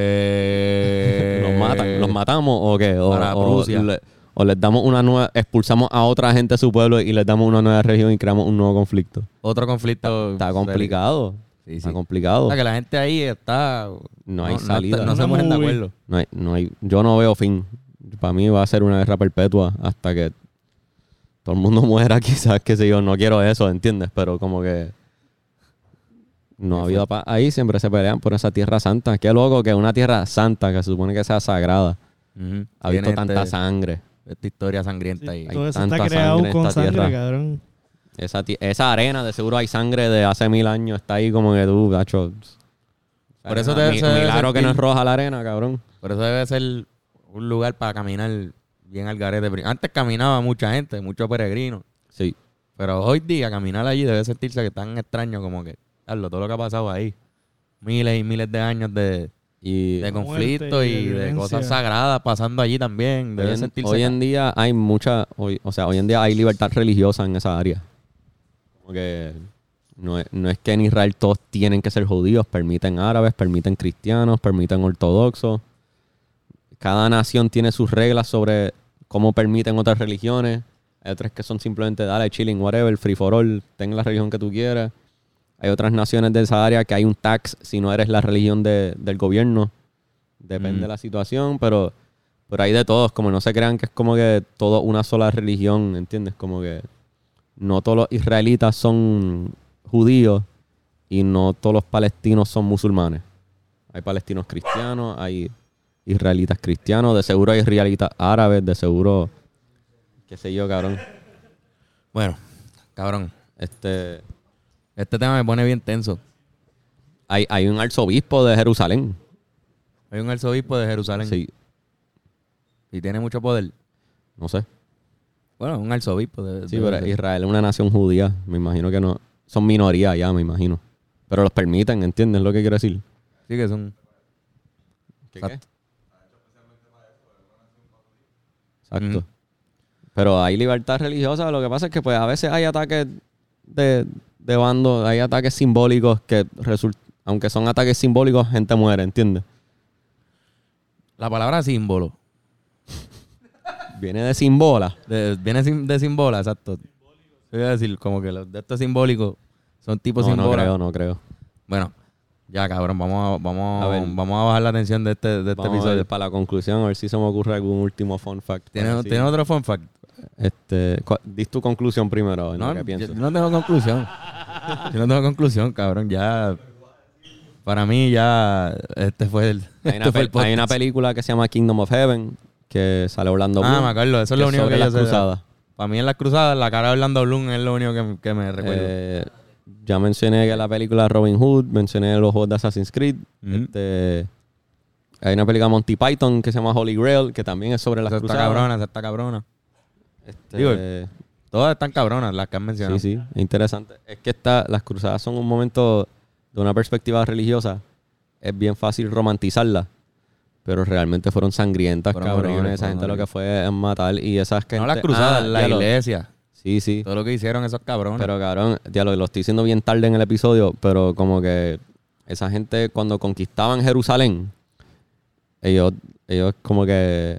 Speaker 2: Eh,
Speaker 1: ¿Los matan? ¿Los matamos o qué? O,
Speaker 2: para
Speaker 1: o
Speaker 2: Prusia.
Speaker 1: le- o les damos una nueva, expulsamos a otra gente de su pueblo y les damos una nueva región y creamos un nuevo conflicto.
Speaker 2: Otro conflicto.
Speaker 1: Está complicado.
Speaker 2: Sí, sí.
Speaker 1: Está complicado.
Speaker 2: O sea, que la gente ahí está.
Speaker 1: No hay salida.
Speaker 2: No, se
Speaker 3: Una
Speaker 2: mueren de
Speaker 3: movie.
Speaker 2: acuerdo.
Speaker 1: No hay, no hay, yo no veo fin. Para mí va a ser una guerra perpetua hasta que todo el mundo *laughs* muera, quizás, que sé yo. No quiero eso, ¿entiendes? Pero como que no ha habido paz. Ahí siempre se pelean por esa tierra santa. Qué loco que una tierra santa, que se supone que sea sagrada,
Speaker 2: Ujú.
Speaker 1: Ha visto
Speaker 2: Tiene
Speaker 1: tanta
Speaker 2: este-
Speaker 1: sangre.
Speaker 2: esta historia sangrienta
Speaker 3: Sí,
Speaker 2: ahí.
Speaker 1: Hay
Speaker 3: todo eso está
Speaker 1: tanta
Speaker 3: creado
Speaker 1: sangre en
Speaker 3: con
Speaker 1: esta
Speaker 3: sangre,
Speaker 1: tierra.
Speaker 3: cabrón.
Speaker 1: Esa, ti- esa arena, de seguro hay sangre de hace mil años. Está ahí como que tú, gacho.
Speaker 2: Por eso te-
Speaker 1: Mi-
Speaker 2: se debe
Speaker 1: Milagro que
Speaker 2: sentir-
Speaker 1: no es roja la arena, cabrón.
Speaker 2: Por eso debe ser un lugar para caminar bien al garete. Antes caminaba mucha gente, muchos peregrinos.
Speaker 1: Sí.
Speaker 2: Pero hoy día caminar allí debe sentirse que tan extraño como que, diablo, todo lo que ha pasado ahí. Miles y miles de años de,
Speaker 1: Y
Speaker 2: de
Speaker 1: hoy
Speaker 2: conflicto
Speaker 3: muerte y
Speaker 2: y
Speaker 3: de
Speaker 2: de
Speaker 3: violencia.
Speaker 2: cosas sagradas pasando allí también. Debe
Speaker 1: en,
Speaker 2: sentirse.
Speaker 1: hoy en día hay mucha. hoy- o sea, hoy en día hay libertad religiosa en esa área. Como que. No es, no es que en Israel todos tienen que ser judíos. Permiten árabes, permiten cristianos, permiten ortodoxos. Cada nación tiene sus reglas sobre cómo permiten otras religiones. Hay otras que son simplemente dale chilling, whatever, free for all, ten la religión que tú quieras. Hay otras naciones de esa área que hay un tax si no eres la religión de- del gobierno. Depende
Speaker 2: Mm.
Speaker 1: de la situación, pero, pero hay de todos. Como no se crean que es como que todo una sola religión, ¿entiendes? Como que no todos los israelitas son judíos y no todos los palestinos son musulmanes. Hay palestinos cristianos, hay israelitas cristianos, de seguro hay israelitas árabes, de seguro, qué sé yo, cabrón.
Speaker 2: Bueno, cabrón.
Speaker 1: Este,
Speaker 2: Este tema me pone bien tenso.
Speaker 1: hay, hay un arzobispo de Jerusalén.
Speaker 2: Hay un arzobispo de Jerusalén
Speaker 1: Sí,
Speaker 2: y tiene mucho poder.
Speaker 1: no sé.
Speaker 2: Bueno, un arzobispo. De,
Speaker 1: Sí,
Speaker 2: de-
Speaker 1: pero Israel es una nación judía, me imagino que no. Son minoría ya, me imagino. Pero los permiten, ¿entiendes lo que quiero decir?
Speaker 2: sí que son.
Speaker 1: Exacto.
Speaker 2: Exacto.
Speaker 1: Exacto.
Speaker 2: Ujú.
Speaker 1: Pero hay libertad religiosa, lo que pasa es que pues a veces hay ataques de, de bando, hay ataques simbólicos que resultan, aunque son ataques simbólicos, gente muere, ¿entiendes?
Speaker 2: La palabra símbolo.
Speaker 1: Viene de simbola.
Speaker 2: De- viene sin- de simbola, exacto. Yo iba a decir, como que los de estos simbólicos son tipo
Speaker 1: No, no
Speaker 2: simbola.
Speaker 1: creo, no creo.
Speaker 2: Bueno, ya cabrón, vamos a, vamos,
Speaker 1: A
Speaker 2: a
Speaker 1: ver.
Speaker 2: vamos a bajar la atención de este, de este
Speaker 1: Vamos a ver
Speaker 2: episodio.
Speaker 1: para la conclusión, a ver si se me ocurre algún último fun fact.
Speaker 2: ¿Tienes,
Speaker 1: para decir.
Speaker 2: tienes otro fun fact?
Speaker 1: Este, cu- dis tu conclusión primero, en lo que
Speaker 2: yo,
Speaker 1: pienso.
Speaker 2: yo no tengo conclusión. Yo no tengo conclusión, cabrón. Ya. Para mí, ya. Este fue el.
Speaker 1: Hay una,
Speaker 2: *laughs* este fue el
Speaker 1: pel- hay una
Speaker 2: podcast.
Speaker 1: película que se llama Kingdom of Heaven que sale Orlando
Speaker 2: Ah,
Speaker 1: Bloom,
Speaker 2: me acuerdo. Eso es
Speaker 1: que
Speaker 2: lo único
Speaker 1: sobre
Speaker 2: que yo
Speaker 1: las
Speaker 2: sé.
Speaker 1: cruzadas.
Speaker 2: Para mí, en las cruzadas, la cara de Orlando Bloom es lo único que, que me recuerdo.
Speaker 1: Eh, ya mencioné que la película Robin Hood, mencioné los juegos de Assassin's Creed.
Speaker 2: Ujú.
Speaker 1: este, hay una película Monty Python que se llama Holy Grail, que también es sobre las
Speaker 2: esa está
Speaker 1: cruzadas.
Speaker 2: cabrona, esa está cabrona.
Speaker 1: Este,
Speaker 2: Digo, Todas están cabronas las que han mencionado.
Speaker 1: Sí, sí, interesante. Es que está, las cruzadas son un momento de una perspectiva religiosa. Es bien fácil romantizarlas, pero realmente fueron sangrientas,
Speaker 2: Fueron
Speaker 1: cabrones.
Speaker 2: horribles,
Speaker 1: esa
Speaker 2: fueron
Speaker 1: gente lo que
Speaker 2: horribles.
Speaker 1: fue es matar y esas que.
Speaker 2: No las cruzadas,
Speaker 1: Ah,
Speaker 2: la
Speaker 1: diablo.
Speaker 2: iglesia.
Speaker 1: Sí, sí.
Speaker 2: Todo lo que hicieron esos cabrones.
Speaker 1: Pero cabrón, ya lo, lo estoy diciendo bien tarde en el episodio, pero como que esa gente cuando conquistaban Jerusalén, ellos, ellos como que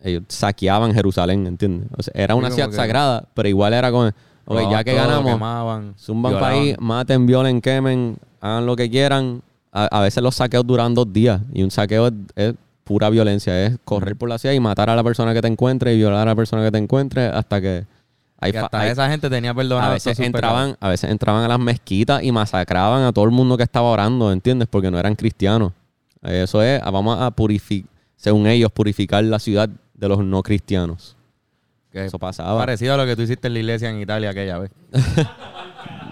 Speaker 1: ellos saqueaban Jerusalén, ¿entiendes? O sea, era una
Speaker 2: Sí, como
Speaker 1: ciudad
Speaker 2: que-
Speaker 1: sagrada, pero igual era con, ok, ya
Speaker 2: Robaban
Speaker 1: que
Speaker 2: todo,
Speaker 1: ganamos,
Speaker 2: quemaban,
Speaker 1: zumban para
Speaker 2: violaban.
Speaker 1: ahí, maten, violen, quemen, hagan lo que quieran. A, a veces los saqueos duran dos días y un saqueo es, es pura violencia, es correr por la ciudad y matar a la persona que te encuentre y violar a la persona que te encuentre hasta que... Hay,
Speaker 2: Y
Speaker 1: fa-
Speaker 2: hasta
Speaker 1: hay-
Speaker 2: esa gente tenía perdonado.
Speaker 1: a
Speaker 2: estos
Speaker 1: veces
Speaker 2: sus
Speaker 1: entraban, a veces entraban a las mezquitas y masacraban a todo el mundo que estaba orando, ¿entiendes? Porque no eran cristianos. Eso es, ah, vamos a purificar, según ellos, purificar la ciudad de los no cristianos.
Speaker 2: pecados.
Speaker 1: Eso
Speaker 2: Que
Speaker 1: pasaba.
Speaker 2: Parecido a lo que tú hiciste en la iglesia en Italia
Speaker 1: *laughs*
Speaker 2: aquella vez.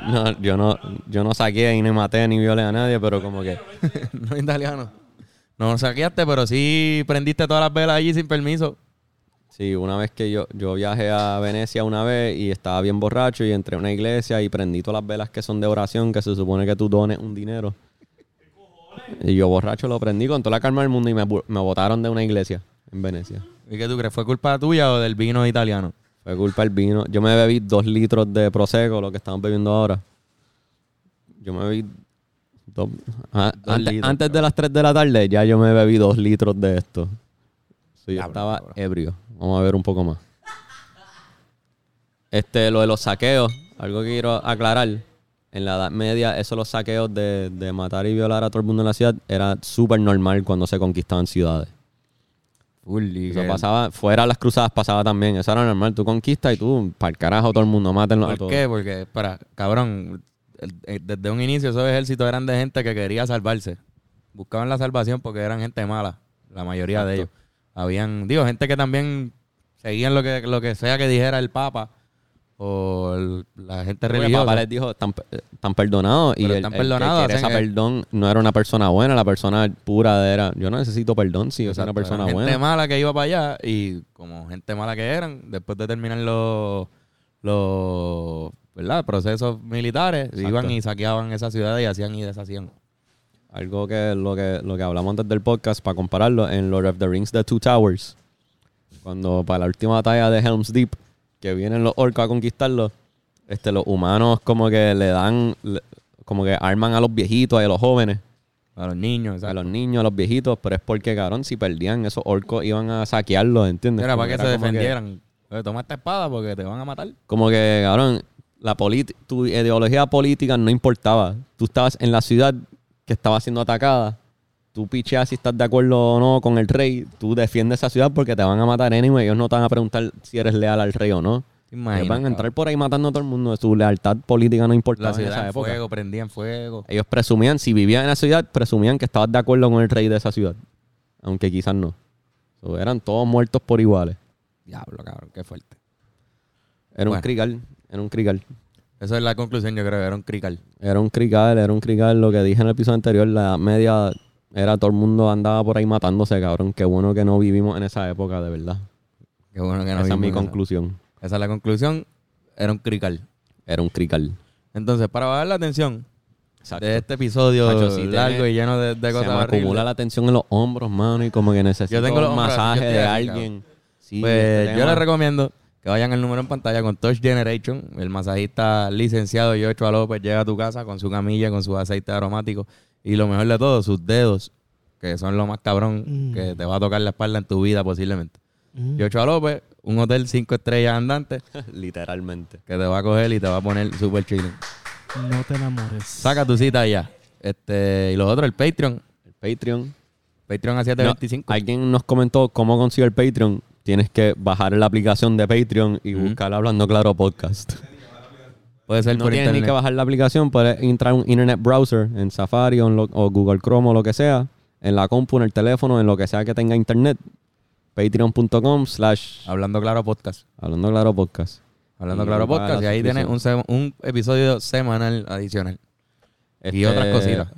Speaker 1: No, yo no, yo no saqué y ni maté ni violé a nadie, pero como que
Speaker 2: no italiano. No saqueaste, pero sí prendiste todas las velas allí sin permiso.
Speaker 1: sí, una vez que yo, yo viajé a Venecia una vez y estaba bien borracho y entré a una iglesia y prendí todas las velas que son de oración, que se supone que tú dones un dinero. Y yo borracho lo prendí con toda la calma del mundo y me, bu- me botaron de una iglesia en Venecia.
Speaker 2: ¿Y qué tú crees? ¿Fue culpa tuya o del vino italiano?
Speaker 1: Fue culpa del vino. Yo me bebí dos litros de Prosecco, lo que estamos bebiendo ahora. Yo me bebí dos... ah,
Speaker 2: Dos
Speaker 1: antes,
Speaker 2: litros,
Speaker 1: antes de las 3 de la tarde ya yo me bebí dos litros de esto. Sí, yo
Speaker 2: Cabrón,
Speaker 1: estaba
Speaker 2: cabrón.
Speaker 1: ebrio. Vamos a ver un poco más. Este, lo de los saqueos, algo que quiero aclarar. En la Edad Media, esos los saqueos de, de matar y violar a todo el mundo en la ciudad era súper normal cuando se conquistaban ciudades. Eso pasaba, fuera de las cruzadas pasaba también. Eso era normal. Tú conquistas y tú, para el carajo, todo el mundo, mátenlo a
Speaker 2: ¿Por
Speaker 1: todos.
Speaker 2: qué? Porque, para, cabrón, el- el- desde un inicio esos ejércitos eran de gente que quería salvarse. Buscaban la salvación porque eran gente mala, la mayoría de ellos.
Speaker 1: Exacto.
Speaker 2: Habían, digo, gente que también seguían lo que, lo que sea que dijera el Papa o el- la gente
Speaker 1: Porque
Speaker 2: religiosa.
Speaker 1: papá les dijo, están, están perdonados. Y
Speaker 2: Pero
Speaker 1: el,
Speaker 2: están
Speaker 1: el que
Speaker 2: perdonados,
Speaker 1: quiere esa
Speaker 2: hacen el-
Speaker 1: perdón no era una persona buena, la persona pura era, yo no necesito perdón si yo soy
Speaker 2: Exacto,
Speaker 1: una persona
Speaker 2: eran gente
Speaker 1: buena.
Speaker 2: mala que iba para allá y como gente mala que eran, después de terminar los, los ¿verdad? procesos militares,
Speaker 1: Exacto.
Speaker 2: iban y saqueaban esa ciudad y hacían y deshacían.
Speaker 1: Algo que lo, que lo que hablamos antes del podcast, para compararlo, en Lord of the Rings The Two Towers, cuando para la última batalla de Helm's Deep, que vienen los orcos a conquistarlos, este, los humanos como que le dan, le- como que arman a los viejitos y a los jóvenes,
Speaker 2: A los niños,
Speaker 1: a
Speaker 2: exacto.
Speaker 1: los niños, a los viejitos, pero es porque, cabrón, si perdían, esos orcos iban a saquearlos, ¿entiendes?
Speaker 2: Era
Speaker 1: Como
Speaker 2: para que
Speaker 1: era
Speaker 2: se
Speaker 1: como
Speaker 2: defendieran. Oye, Toma esta espada porque te van a matar.
Speaker 1: Como que, cabrón, la polit- tu ideología política no importaba. Tú estabas en la ciudad que estaba siendo atacada. Tú picheas si estás de acuerdo o no con el rey. Tú defiendes esa ciudad porque te van a matar anyway. Ellos no te van a preguntar si eres leal al rey o no.
Speaker 2: ¿Te
Speaker 1: Ellos
Speaker 2: imaginas,
Speaker 1: van a
Speaker 2: cabrón?
Speaker 1: entrar por ahí matando a todo el mundo. Su lealtad política no importaba
Speaker 2: La
Speaker 1: en
Speaker 2: ciudad
Speaker 1: esa
Speaker 2: en
Speaker 1: época.
Speaker 2: fuego, prendían fuego.
Speaker 1: Ellos presumían, si vivían en la ciudad, presumían que estabas de acuerdo con el rey de esa ciudad. Aunque quizás no. So, eran todos muertos por iguales.
Speaker 2: Diablo, cabrón, qué fuerte.
Speaker 1: Era un
Speaker 2: Bueno.
Speaker 1: crigal. Era un crigal.
Speaker 2: Esa es la conclusión, yo creo, era un crical.
Speaker 1: Era un crical, era un crical. Lo que dije en el episodio anterior, la edad media era todo el mundo andaba por ahí matándose, cabrón. Qué bueno que no vivimos en esa época, de verdad.
Speaker 2: Qué bueno que
Speaker 1: esa
Speaker 2: no
Speaker 1: es
Speaker 2: vimos
Speaker 1: mi
Speaker 2: esa.
Speaker 1: conclusión.
Speaker 2: Esa es la conclusión, era un crical.
Speaker 1: Era un crical.
Speaker 2: Entonces, para bajar la atención
Speaker 1: Exacto.
Speaker 2: de este episodio
Speaker 1: Macho, sí,
Speaker 2: largo
Speaker 1: tiene-
Speaker 2: y lleno de, de
Speaker 1: Se
Speaker 2: cosas
Speaker 1: me
Speaker 2: horribles,
Speaker 1: acumula la tensión en los hombros, mano, y como que necesito
Speaker 2: Yo tengo los
Speaker 1: un
Speaker 2: hombros así,
Speaker 1: masaje
Speaker 2: yo estoy
Speaker 1: de
Speaker 2: aquí,
Speaker 1: alguien. Sí,
Speaker 2: Pues
Speaker 1: este
Speaker 2: yo
Speaker 1: tema-
Speaker 2: les recomiendo que vayan al número en pantalla con Touch Generation. El masajista licenciado Yochoa López llega a tu casa con su camilla, con sus aceites aromáticos y lo mejor de todo, sus dedos, que son lo más cabrón
Speaker 3: Mm.
Speaker 2: que te va a tocar la espalda en tu vida posiblemente.
Speaker 1: Mm.
Speaker 2: Yochoa López, un hotel cinco estrellas andante
Speaker 1: *laughs* Literalmente.
Speaker 2: que te va a coger y te va a poner super chilling.
Speaker 3: No te enamores.
Speaker 2: Saca tu cita ya. Este, y los otros, el Patreon.
Speaker 1: El Patreon.
Speaker 2: Patreon a
Speaker 1: No,
Speaker 2: 725.
Speaker 1: alguien nos comentó cómo consigo el Patreon. Tienes que bajar la aplicación de Patreon y buscar Hablando Claro Podcast.
Speaker 2: Puede ser
Speaker 1: *laughs* No
Speaker 2: por
Speaker 1: tienes
Speaker 2: internet.
Speaker 1: ni que bajar la aplicación, puedes entrar a un internet browser en Safari o, en lo- o Google Chrome o lo que sea, en la compu, en el teléfono, en lo que sea que tenga internet. Patreon.com slash
Speaker 2: Hablando claro podcast.
Speaker 1: Hablando Claro Podcast.
Speaker 2: Hablando
Speaker 1: Y
Speaker 2: Claro
Speaker 1: paga
Speaker 2: Podcast. Y
Speaker 1: la
Speaker 2: ahí tienes un,
Speaker 1: suscripción.
Speaker 2: sema- un episodio semanal adicional. Y
Speaker 1: Este,
Speaker 2: otras cositas.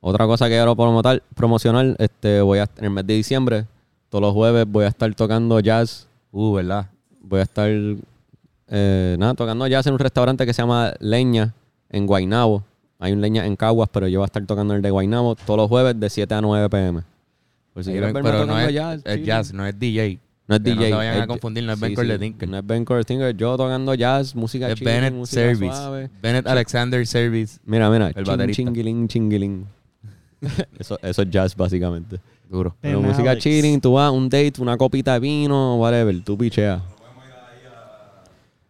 Speaker 1: Otra cosa que quiero promotar, promocionar, este, voy a, en el mes de diciembre, todos los jueves voy a estar tocando jazz.
Speaker 2: Uh, ¿verdad?
Speaker 1: Voy a estar eh, nada, tocando jazz en un restaurante que se llama Leña en Guaynabo. Hay un leña en Caguas, pero yo voy a estar tocando el de Guaynabo todos los jueves de 7 a 9 pm. Por si
Speaker 2: Ahí
Speaker 1: quieren
Speaker 2: ven-
Speaker 1: verme
Speaker 2: pero no
Speaker 1: tocando
Speaker 2: es
Speaker 1: jazz.
Speaker 2: es
Speaker 1: sí.
Speaker 2: jazz, no es DJ.
Speaker 1: No es
Speaker 2: Que
Speaker 1: DJ.
Speaker 2: No se vayan
Speaker 1: es
Speaker 2: a
Speaker 1: ja-
Speaker 2: confundir, no es
Speaker 1: sí,
Speaker 2: Ben Corlett
Speaker 1: sí,
Speaker 2: Dinkel.
Speaker 1: No es Ben Corlett Dinkel, Yo tocando jazz, música
Speaker 2: es
Speaker 1: chill,
Speaker 2: Bennett
Speaker 1: música
Speaker 2: Service.
Speaker 1: suave.
Speaker 2: Bennett Alexander Service.
Speaker 1: Mira, mira.
Speaker 2: El
Speaker 1: El
Speaker 2: baterista.
Speaker 1: Chinguilín, chinguilín.
Speaker 2: *laughs*
Speaker 1: eso, eso es jazz, básicamente.
Speaker 2: Duro.
Speaker 1: Pero
Speaker 3: Tema,
Speaker 1: música
Speaker 3: Alex.
Speaker 1: chilling, tú vas a un date, una copita de vino, whatever, tú picheas.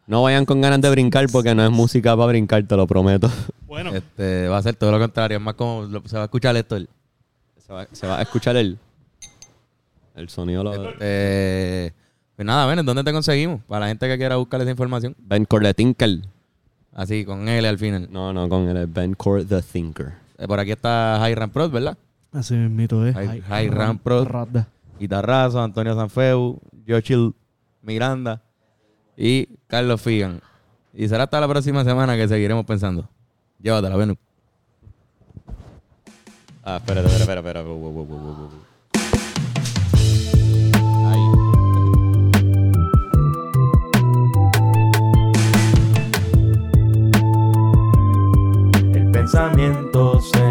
Speaker 1: No vayan con ganas de brincar porque no es música para brincar, te lo prometo. *laughs*
Speaker 3: Bueno,
Speaker 2: Este, va a ser todo lo contrario. Es más como lo- se va a escuchar esto. el-
Speaker 1: Se va, se va a escuchar el, el sonido. Lo,
Speaker 2: Eh, pues nada, Bennett, ¿dónde te conseguimos? Para la gente que quiera buscar esa información.
Speaker 1: ben Core the Thinker.
Speaker 2: Así, con L al final.
Speaker 1: No, no, con el Ben Core the Thinker.
Speaker 2: Eh, por aquí está Jairam Prod, ¿verdad?
Speaker 3: así mismito es.
Speaker 2: Hi-
Speaker 3: Ay,
Speaker 2: Hi Ram Pro.
Speaker 3: rata.
Speaker 2: Guitarrazo, Antonio Sanfeu, Yochil Miranda y Carlos Figan. Y será hasta la próxima semana que seguiremos pensando. Llévatela, Venus.
Speaker 1: Ah, espérate, espérate, espérate. espérate. Wow, wow, wow, wow, wow, wow.
Speaker 4: El pensamiento se